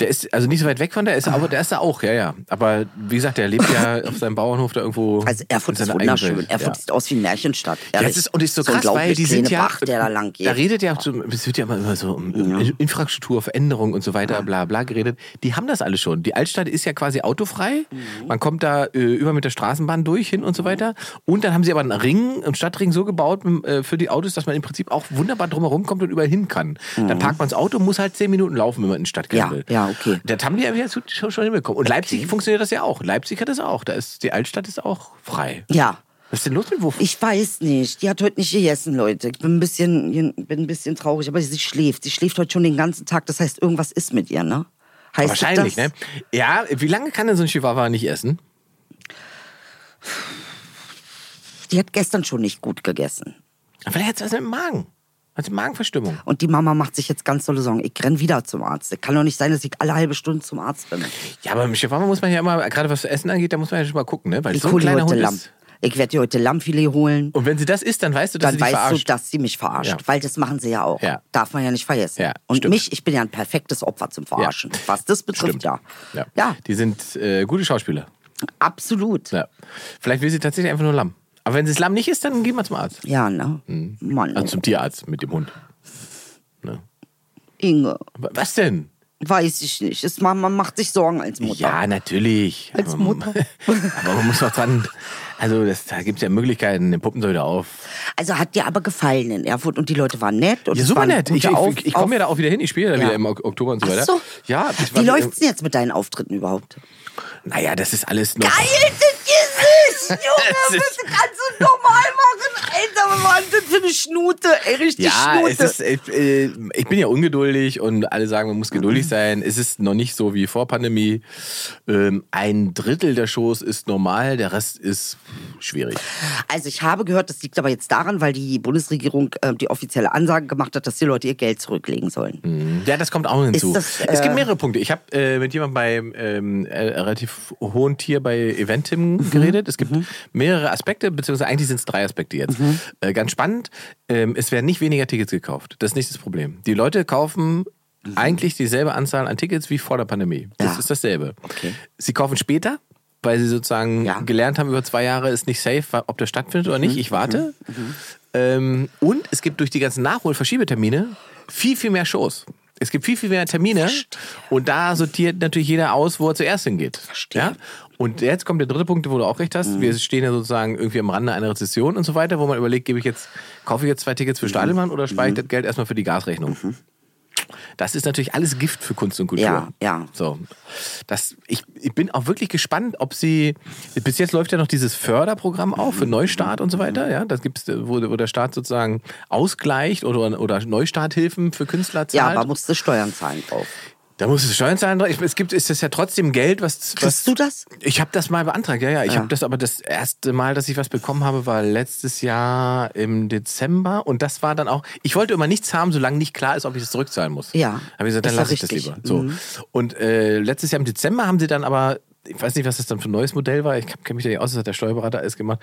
Speaker 2: Der ist also nicht so weit weg von der, ist aber der ist da auch, ja, ja. Aber wie gesagt, der lebt
Speaker 4: [laughs]
Speaker 2: ja auf seinem Bauernhof da irgendwo.
Speaker 4: Also Erfurt
Speaker 2: in
Speaker 4: ist
Speaker 2: seiner eigenen
Speaker 4: wunderschön.
Speaker 2: Welt,
Speaker 4: Erfurt
Speaker 2: ja.
Speaker 4: sieht aus wie eine Märchenstadt.
Speaker 2: Ja,
Speaker 4: ehrlich.
Speaker 2: das ist, und das ist so, krass,
Speaker 4: unglaublich
Speaker 2: weil die sind
Speaker 4: kleine
Speaker 2: ja.
Speaker 4: Bach,
Speaker 2: [laughs]
Speaker 4: der da lang geht.
Speaker 2: Da redet ja, auch so, es wird ja immer, immer so um Infrastruktur, Veränderung und so weiter, bla bla geredet. Die haben das alles schon. Die Altstadt ist ja quasi autofrei.
Speaker 4: Mhm.
Speaker 2: Man kommt da äh, über mit der Straßenbahn durch hin und so weiter. Und dann haben sie aber einen Ring, einen Stadtring so gebaut m- äh, für die Autos, dass man im Prinzip auch wunderbar drumherum kommt und überall hin kann. Dann parkt man das Auto, muss halt zehn Minuten laufen, wenn man in die Stadt gehen
Speaker 4: Mhm. Ja,
Speaker 2: will.
Speaker 4: ja, okay.
Speaker 2: Das haben die ja jetzt schon schon hinbekommen. Und Leipzig funktioniert das ja auch. Leipzig hat das auch. Da ist, die Altstadt ist auch frei.
Speaker 4: Ja.
Speaker 2: Was ist denn los mit Wurf?
Speaker 4: Ich weiß nicht. Die hat heute nicht gegessen, Leute. Ich bin ein bisschen, bin ein bisschen traurig, aber sie schläft. Sie schläft heute schon den ganzen Tag. Das heißt, irgendwas ist mit ihr, ne? Heißt
Speaker 2: Wahrscheinlich,
Speaker 4: das,
Speaker 2: ne? Ja, wie lange kann denn so ein Chihuahua nicht essen?
Speaker 4: Die hat gestern schon nicht gut gegessen.
Speaker 2: Vielleicht hat sie was mit dem Magen. Hat sie Magenverstimmung.
Speaker 4: Und die Mama macht sich jetzt ganz tolle Sorgen. Ich renn wieder zum Arzt. Es kann doch nicht sein, dass ich alle halbe Stunde zum Arzt renne.
Speaker 2: Ja, aber mit dem Chihuahua muss man ja immer, gerade was Essen angeht, da muss man ja schon mal gucken, ne? Weil
Speaker 4: Ich
Speaker 2: so ein
Speaker 4: hole
Speaker 2: kleiner
Speaker 4: heute
Speaker 2: Hund
Speaker 4: Lamm.
Speaker 2: ist.
Speaker 4: Ich werde dir heute Lammfilet holen.
Speaker 2: Und wenn sie das isst, dann weißt du, dass
Speaker 4: dann
Speaker 2: sie dich
Speaker 4: weißt
Speaker 2: verarscht.
Speaker 4: du, dass sie mich verarscht.
Speaker 2: Ja.
Speaker 4: Weil das machen sie ja auch.
Speaker 2: Ja.
Speaker 4: Darf man ja nicht vergessen.
Speaker 2: Ja,
Speaker 4: und
Speaker 2: stimmt.
Speaker 4: mich, ich bin ja ein perfektes Opfer zum Verarschen. Was das betrifft,
Speaker 2: Stimmt.
Speaker 4: ja.
Speaker 2: ja.
Speaker 4: Ja,
Speaker 2: Die sind äh, gute Schauspieler.
Speaker 4: absolut. Ja,
Speaker 2: Ja. Vielleicht will sie tatsächlich einfach nur Lamm. Aber wenn sie das Lamm nicht isst, dann gehen wir zum Arzt.
Speaker 4: ne? Mann,
Speaker 2: Also zum Tierarzt mit dem Hund. Ne?
Speaker 4: Inge,
Speaker 2: Aber Was denn?
Speaker 4: weiß ich nicht. Ist, man, man macht sich Sorgen als Mutter.
Speaker 2: Ja, natürlich.
Speaker 4: Als
Speaker 2: Aber man-
Speaker 4: Mutter.
Speaker 2: [laughs] Aber man muss doch dran. Also, das, da gibt es ja Möglichkeiten, den Puppen so wieder auf.
Speaker 4: Also hat dir aber gefallen in Erfurt und die Leute waren nett. Und
Speaker 2: Ja,
Speaker 4: es
Speaker 2: super
Speaker 4: waren
Speaker 2: nett.
Speaker 4: gute
Speaker 2: Ich, ich,
Speaker 4: Auf-
Speaker 2: ich, komme ja da auch wieder hin. Ich spiele ja da
Speaker 4: Ja.
Speaker 2: wieder im Ok- Oktober und so
Speaker 4: Ach
Speaker 2: weiter.
Speaker 4: so.
Speaker 2: Ja, ich
Speaker 4: Wie
Speaker 2: war-
Speaker 4: läuft's denn jetzt mit deinen Auftritten überhaupt?
Speaker 2: Naja, das ist alles noch. [laughs]
Speaker 4: Gesicht,
Speaker 2: Es ist-
Speaker 4: kannst du normal machen. Alter, was war denn das für eine Schnute? Ey, richtig
Speaker 2: Ja, es ist, ich, äh, ich bin ja ungeduldig und alle sagen, man muss
Speaker 4: Mhm.
Speaker 2: geduldig sein. Es ist noch nicht so wie vor Pandemie. Ähm, ein Drittel der Shows ist normal, der Rest ist schwierig.
Speaker 4: Also ich habe gehört, das liegt aber jetzt daran, weil die Bundesregierung äh, die offizielle Ansage gemacht hat, dass die Leute ihr Geld zurücklegen sollen.
Speaker 2: Ja, das kommt auch hinzu.
Speaker 4: das, äh,
Speaker 2: es gibt mehrere Punkte. Ich habe äh, mit jemandem bei ähm, äh, relativ hohen Tier bei Eventim geredet. Es gibt
Speaker 4: Mhm.
Speaker 2: mehrere Aspekte, beziehungsweise eigentlich sind es drei Aspekte jetzt. Äh, ganz spannend, ähm, es werden nicht weniger Tickets gekauft. Das ist nicht das Problem. Die Leute kaufen eigentlich dieselbe Anzahl an Tickets wie vor der Pandemie. Das
Speaker 4: Mhm. Ja.
Speaker 2: ist dasselbe.
Speaker 4: Okay.
Speaker 2: Sie kaufen später, weil sie sozusagen
Speaker 4: Ja.
Speaker 2: ähm,
Speaker 4: Mhm.
Speaker 2: gelernt haben, über zwei Jahre ist nicht safe, wa- ob das stattfindet oder nicht. Ich warte. Ähm, und es gibt durch die ganzen Nachhol-Verschiebetermine viel, viel mehr Shows. Es gibt viel, viel mehr Termine und da sortiert natürlich jeder aus, wo er zuerst hingeht.
Speaker 4: Verstehe. Mhm.
Speaker 2: Ja? Und jetzt kommt der dritte Punkt, wo du auch recht hast. Wir stehen ja sozusagen irgendwie am Rande einer Rezession und so weiter, wo man überlegt, gebe ich jetzt, kaufe ich jetzt zwei
Speaker 4: Mhm.
Speaker 2: Tickets für Stadion oder spare ich das Geld erstmal für die Gasrechnung? Das ist natürlich alles Gift für Kunst und Kultur.
Speaker 4: Ja, ja.
Speaker 2: So. Das, ich, ich bin auch wirklich gespannt, ob sie. Bis jetzt läuft ja noch dieses Förderprogramm auch für Neustart und so weiter. Ja, das gibt's, äh, wo, wo der Staat sozusagen ausgleicht oder, oder Neustarthilfen für Künstler
Speaker 4: Ja,
Speaker 2: zahlt.
Speaker 4: aber musst du Steuern zahlen drauf.
Speaker 2: da muss es Steuern zahlen. drauf. Ich- Es gibt, ist das ja trotzdem Geld, was. was
Speaker 4: Kriegst du das?
Speaker 2: ich habe das mal beantragt, ja, ja. Ich habe das aber das erste Mal, dass ich was bekommen habe, war letztes Jahr im Dezember. Und das war dann auch, ich wollte immer nichts haben, solange nicht klar ist, ob ich es zurückzahlen muss.
Speaker 4: Ja.
Speaker 2: Habe ich gesagt, dann
Speaker 4: Ist ja
Speaker 2: lasse ich das
Speaker 4: richtig.
Speaker 2: lieber. So. Und äh, letztes Jahr im Dezember haben sie dann aber, ich weiß nicht, was das dann für ein neues Modell war, ich kenne mich da nicht aus, das hat der Steuerberater alles gemacht.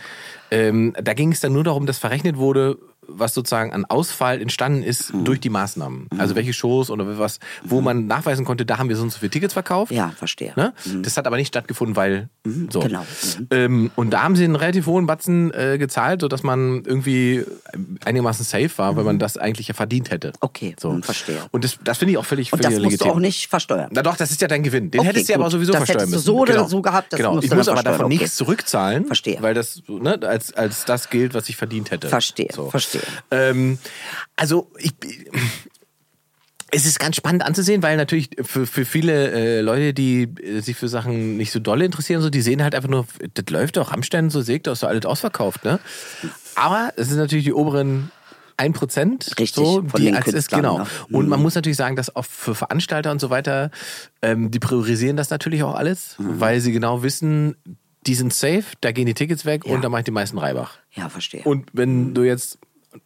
Speaker 2: Ähm, da ging es dann nur darum, dass verrechnet wurde, was sozusagen an Ausfall entstanden ist
Speaker 4: Mhm.
Speaker 2: durch die Maßnahmen. Also welche Shows oder was, wo man nachweisen konnte, da haben wir so und so viele Tickets verkauft.
Speaker 4: Ja, verstehe.
Speaker 2: Ne? Das hat aber nicht stattgefunden, weil so.
Speaker 4: genau.
Speaker 2: Ähm, und da haben sie einen relativ hohen Batzen äh, gezahlt, sodass man irgendwie einigermaßen safe war, weil man das eigentlich ja verdient hätte.
Speaker 4: Mhm. Okay,
Speaker 2: so.
Speaker 4: hm, verstehe.
Speaker 2: Und das, das finde ich auch völlig,
Speaker 4: Und
Speaker 2: völlig
Speaker 4: das musst
Speaker 2: legitim.
Speaker 4: du auch nicht versteuern.
Speaker 2: Na doch, das ist ja dein Gewinn. Den
Speaker 4: Okay,
Speaker 2: hättest du ja
Speaker 4: gut.
Speaker 2: aber sowieso
Speaker 4: Das
Speaker 2: versteuern
Speaker 4: hättest du
Speaker 2: müssen.
Speaker 4: so oder so gehabt, das
Speaker 2: genau.
Speaker 4: musst
Speaker 2: Ich
Speaker 4: du
Speaker 2: muss
Speaker 4: dann halt
Speaker 2: aber davon
Speaker 4: versteuern,
Speaker 2: nichts
Speaker 4: okay.
Speaker 2: zurückzahlen,
Speaker 4: Verstehe.
Speaker 2: weil das ne, als, als das gilt, was ich verdient hätte.
Speaker 4: Verstehe, verstehe.
Speaker 2: Ähm, also ich, es ist ganz spannend anzusehen, weil natürlich für, für viele äh, Leute, die äh, sich für Sachen nicht so dolle interessieren, so, die sehen halt einfach nur, das läuft doch, Rammstein so sägt doch, so alles ausverkauft, ne? Aber es sind natürlich die oberen 1%,
Speaker 4: Richtig,
Speaker 2: so,
Speaker 4: von
Speaker 2: die
Speaker 4: den
Speaker 2: als ist,
Speaker 4: Künstlern,
Speaker 2: genau.
Speaker 4: ne?
Speaker 2: Und man muss natürlich sagen, dass auch für Veranstalter und so weiter, ähm, die priorisieren das natürlich auch alles,
Speaker 4: Mhm.
Speaker 2: weil sie genau wissen, die sind safe, da gehen die Tickets weg
Speaker 4: Ja.
Speaker 2: und da mache ich den meisten Reibach.
Speaker 4: Ja, verstehe.
Speaker 2: Und wenn du jetzt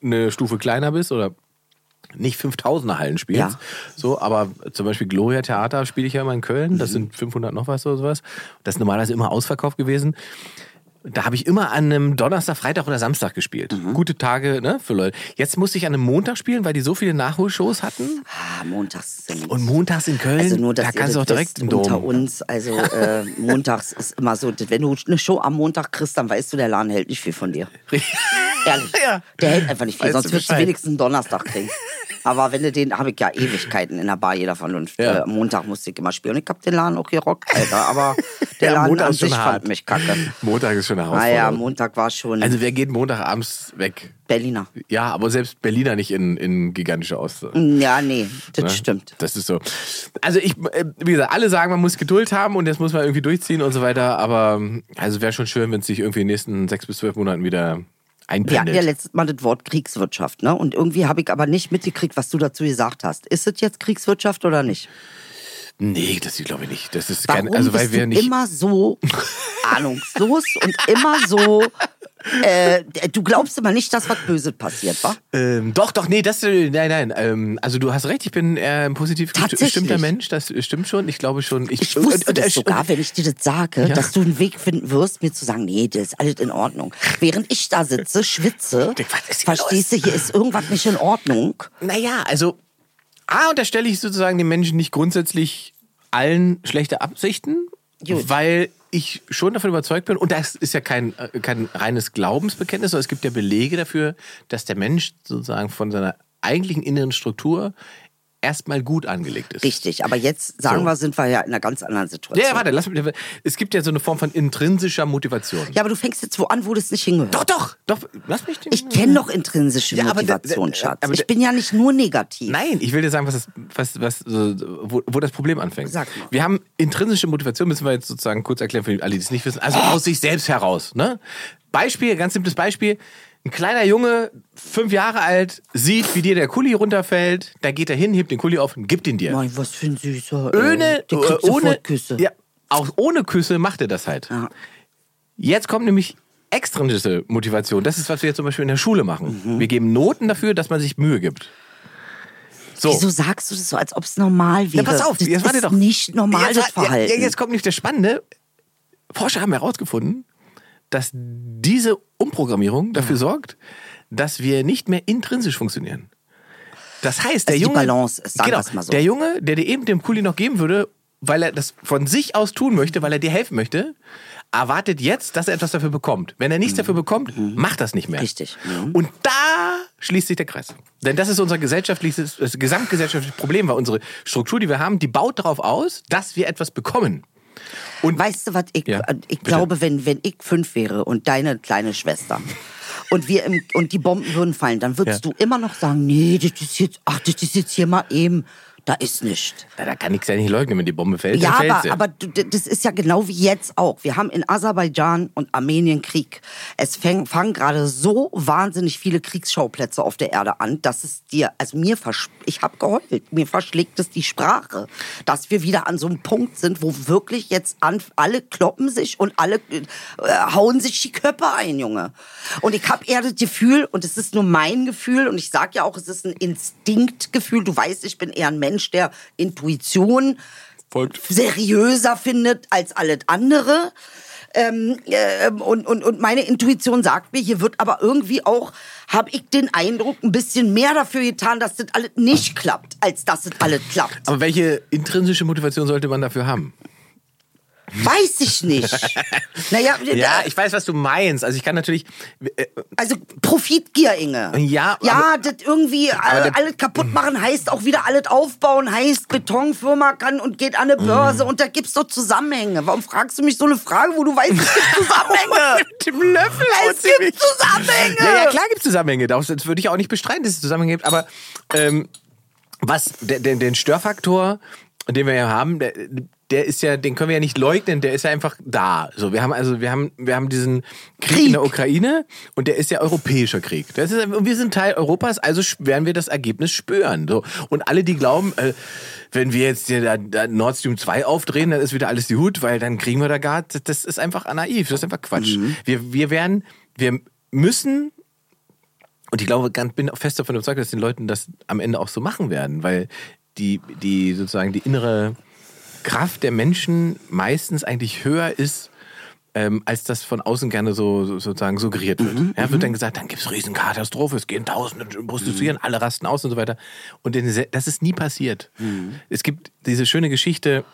Speaker 2: eine Stufe kleiner bist oder nicht 5000er Hallen spielst,
Speaker 4: Ja.
Speaker 2: so, aber zum Beispiel Gloria Theater spiele ich ja immer in Köln,
Speaker 4: Mhm.
Speaker 2: das sind 500 noch was oder sowas. Das ist normalerweise immer ausverkauft gewesen. Da habe ich immer an einem Donnerstag, Freitag oder Samstag gespielt.
Speaker 4: Mhm.
Speaker 2: Gute Tage ne, für Leute. Jetzt musste ich an einem Montag spielen, weil die so viele Nachholshows hatten.
Speaker 4: ah, montags sind.
Speaker 2: Und montags in Köln,
Speaker 4: also nur, dass
Speaker 2: da
Speaker 4: ihr
Speaker 2: kannst du
Speaker 4: das
Speaker 2: auch direkt
Speaker 4: wisst
Speaker 2: in den
Speaker 4: unter
Speaker 2: [laughs] Dom.
Speaker 4: uns. Also äh,
Speaker 2: [laughs]
Speaker 4: montags ist immer so, wenn du eine Show am Montag kriegst, dann weißt du, der Laden hält nicht viel von dir. Ehrlich.
Speaker 2: Ja.
Speaker 4: Der hält einfach nicht viel,
Speaker 2: Weißt
Speaker 4: sonst
Speaker 2: du
Speaker 4: würdest du
Speaker 2: Bescheid.
Speaker 4: wenigstens einen Donnerstag kriegen. Aber wenn du den, habe ich ja Ewigkeiten in der Bar jeder Vernunft.
Speaker 2: Ja.
Speaker 4: Äh, am Montag musste ich immer spielen. Ich hab den Laden auch gerockt, Alter.
Speaker 2: [laughs]
Speaker 4: Aber der
Speaker 2: Ja,
Speaker 4: Laden
Speaker 2: Montag
Speaker 4: an
Speaker 2: ist schon
Speaker 4: sich
Speaker 2: hart.
Speaker 4: fand mich kacke. Ah
Speaker 2: Montag ist schon eine
Speaker 4: Naja,
Speaker 2: Herausforderung.
Speaker 4: Montag war schon
Speaker 2: also wer geht Montagabends weg?
Speaker 4: Berliner.
Speaker 2: Ja, aber selbst Berliner nicht in, in gigantische Aus.
Speaker 4: Ja, nee, das
Speaker 2: Ne?
Speaker 4: stimmt.
Speaker 2: Das ist so. Also ich, äh, wie gesagt, alle sagen, man muss Geduld haben und das muss man irgendwie durchziehen und so weiter. Aber ähm, also wäre schon schön, wenn es sich irgendwie in den nächsten sechs bis zwölf Monaten wieder
Speaker 4: Wir hatten
Speaker 2: einpendelt.
Speaker 4: ja letztes Mal das Wort Kriegswirtschaft, ne? Und irgendwie habe ich aber nicht mitgekriegt, was du dazu gesagt hast. Ist das jetzt Kriegswirtschaft oder nicht?
Speaker 2: nee, das glaube ich nicht. Das ist
Speaker 4: Warum
Speaker 2: kein, also weil
Speaker 4: bist
Speaker 2: wir
Speaker 4: du
Speaker 2: nicht. [laughs]
Speaker 4: immer so ahnungslos und immer so. Äh, du glaubst immer nicht, dass was Böses passiert, wa?
Speaker 2: Ähm, doch, doch, nee, das, äh, nein, nein. Ähm, also du hast recht, ich bin eher ein positiv gest-
Speaker 4: Tatsächlich.
Speaker 2: gestimmter Mensch. Das äh, stimmt schon. Ich glaube schon. Ich,
Speaker 4: Ich wusste
Speaker 2: und- und-
Speaker 4: das sogar, wenn ich dir das sage,
Speaker 2: Ja.
Speaker 4: dass du einen Weg finden wirst, mir zu sagen, nee, das ist alles in Ordnung. Während ich da sitze, schwitze,
Speaker 2: [laughs] denk, was ist hier
Speaker 4: verstehst du, hier ist irgendwas nicht in Ordnung.
Speaker 2: Naja, also A, unterstelle ich sozusagen den Menschen nicht grundsätzlich allen schlechte Absichten,
Speaker 4: Gut.
Speaker 2: weil ich schon davon überzeugt bin, und das ist ja kein, äh, kein reines Glaubensbekenntnis, sondern es gibt ja Belege dafür, dass der Mensch sozusagen von seiner eigentlichen inneren Struktur erstmal gut angelegt ist.
Speaker 4: Richtig, aber jetzt, sagen
Speaker 2: So.
Speaker 4: wir, sind wir ja in einer ganz anderen Situation.
Speaker 2: Ja, warte, lass mich, es gibt ja so eine Form von intrinsischer Motivation.
Speaker 4: Ja, aber du fängst jetzt wo an, wo das nicht hingehört.
Speaker 2: Doch, doch, doch, lass mich den.
Speaker 4: Ich kenne doch intrinsische
Speaker 2: Ja, aber da- da-
Speaker 4: Motivation, Schatz.
Speaker 2: aber da-
Speaker 4: ich bin ja nicht nur negativ.
Speaker 2: Nein, ich will dir sagen, was das, was, was, so, wo, wo das Problem anfängt.
Speaker 4: Sag mal.
Speaker 2: Wir haben intrinsische Motivation, müssen wir jetzt sozusagen kurz erklären für alle, die es nicht wissen. Also aus sich selbst heraus. Ne? Beispiel, ganz simples Beispiel. Ein kleiner Junge, fünf Jahre alt, sieht, wie dir der Kuli runterfällt. Da geht er hin, hebt den Kuli auf und gibt ihn dir.
Speaker 4: Mein, was für ein süßer. äh,
Speaker 2: Ohne,
Speaker 4: der
Speaker 2: ohne
Speaker 4: kriegt sofort Küsse.
Speaker 2: Ja, auch ohne Küsse macht er das halt.
Speaker 4: Ja.
Speaker 2: Jetzt kommt nämlich extrinsische Motivation, das ist, was wir zum Beispiel in der Schule machen.
Speaker 4: Mhm.
Speaker 2: Wir geben Noten dafür, dass man sich Mühe gibt. So.
Speaker 4: Wieso sagst du das so, als ob es normal wäre?
Speaker 2: Na, pass auf,
Speaker 4: das
Speaker 2: jetzt warte
Speaker 4: ist
Speaker 2: doch.
Speaker 4: nicht normal,
Speaker 2: jetzt,
Speaker 4: das
Speaker 2: ja,
Speaker 4: Verhalten.
Speaker 2: Ja, jetzt kommt nicht der Spannende. Forscher haben herausgefunden, dass diese Umprogrammierung dafür sorgt, dass wir nicht mehr intrinsisch funktionieren. Das heißt, der
Speaker 4: Also die
Speaker 2: Junge.
Speaker 4: Balance ist, sagen
Speaker 2: genau,
Speaker 4: wir's mal so.
Speaker 2: Der Junge, der dir eben dem Kuli noch geben würde, weil er das von sich aus tun möchte, weil er dir helfen möchte, erwartet jetzt, dass er etwas dafür bekommt. Wenn er nichts dafür bekommt, macht das nicht mehr.
Speaker 4: Richtig. Mhm.
Speaker 2: Und da schließt sich der Kreis. Denn das ist unser gesellschaftliches, das gesamtgesellschaftliche Problem, weil unsere Struktur, die wir haben, die baut darauf aus, dass wir etwas bekommen. Und
Speaker 4: Weißt du was, ich,
Speaker 2: Ja,
Speaker 4: äh, ich
Speaker 2: bitte.
Speaker 4: glaube, wenn, wenn ich fünf wäre und deine kleine Schwester und wir im, und die Bomben würden fallen, dann würdest
Speaker 2: Ja.
Speaker 4: du immer noch sagen, nee, das ist jetzt, ach, das ist jetzt hier mal eben, da ist nicht.
Speaker 2: na, da kann ich es ja nicht leugnen, wenn die Bombe fällt.
Speaker 4: Ja,
Speaker 2: dann fällt
Speaker 4: aber,
Speaker 2: sie.
Speaker 4: aber du, d- das ist ja genau wie jetzt auch. Wir haben in Aserbaidschan und Armenien Krieg. Es fäng, fangen gerade so wahnsinnig viele Kriegsschauplätze auf der Erde an, dass es dir, also mir, versch- ich habe geheult, mir verschlägt es die Sprache, dass wir wieder an so einem Punkt sind, wo wirklich jetzt an, alle kloppen sich und alle äh, hauen sich die Köpfe ein, Junge. Und ich habe eher das Gefühl, und es ist nur mein Gefühl, und ich sage ja auch, es ist ein Instinktgefühl. Du weißt, ich bin eher ein Mensch der Intuition
Speaker 2: Folgt.
Speaker 4: seriöser findet als alles andere. Ähm, ähm, und, und, und meine Intuition sagt mir, hier wird aber irgendwie auch, habe ich den Eindruck, ein bisschen mehr dafür getan, dass das alles nicht klappt, als dass das alles klappt.
Speaker 2: aber welche intrinsische Motivation sollte man dafür haben?
Speaker 4: Weiß
Speaker 2: [laughs]
Speaker 4: ich nicht. naja,
Speaker 2: Ja, ich weiß, was du meinst. Also ich kann natürlich,
Speaker 4: also Profitgier, Inge.
Speaker 2: Ja,
Speaker 4: ja das irgendwie äh,
Speaker 2: der-
Speaker 4: alles kaputt machen heißt auch wieder alles aufbauen, heißt Betonfirma kann und geht an eine Börse
Speaker 2: Mhm.
Speaker 4: und da gibt's doch Zusammenhänge. Warum fragst du mich so eine Frage, wo du weißt, es gibt
Speaker 2: [laughs]
Speaker 4: Zusammenhänge?
Speaker 2: Oh Mit dem Löffel.
Speaker 4: Es gibt
Speaker 2: Ulrich.
Speaker 4: Zusammenhänge.
Speaker 2: Ja, ja klar gibt es Zusammenhänge. Das das würde ich auch nicht bestreiten, dass es Zusammenhänge gibt. Aber ähm, was der, der, den Störfaktor, den wir ja haben, der, der ist ja, den können wir ja nicht leugnen. Der ist ja einfach da. So, wir haben also, wir haben, wir haben diesen Krieg,
Speaker 4: Krieg.
Speaker 2: in der Ukraine und der ist ja europäischer Krieg. Das ist, und wir sind Teil Europas, also sch- werden wir das Ergebnis spüren. So und alle, die glauben, äh, wenn wir jetzt hier da, da Nord Stream 2 aufdrehen, dann ist wieder alles gut, weil dann kriegen wir da gar, das, das ist einfach naiv, das ist einfach Quatsch. Wir, wir werden, wir müssen und ich glaube, ganz bin auch fest davon überzeugt, dass die Leuten das am Ende auch so machen werden, weil die, die sozusagen die innere Kraft der Menschen meistens eigentlich höher ist, ähm, als das von außen gerne so, so sozusagen suggeriert wird. ja, wird dann gesagt, dann gibt es Riesenkatastrophe, es gehen Tausende prostituieren, alle rasten aus und so weiter. Und in dieser- das ist nie passiert. Es gibt diese schöne Geschichte,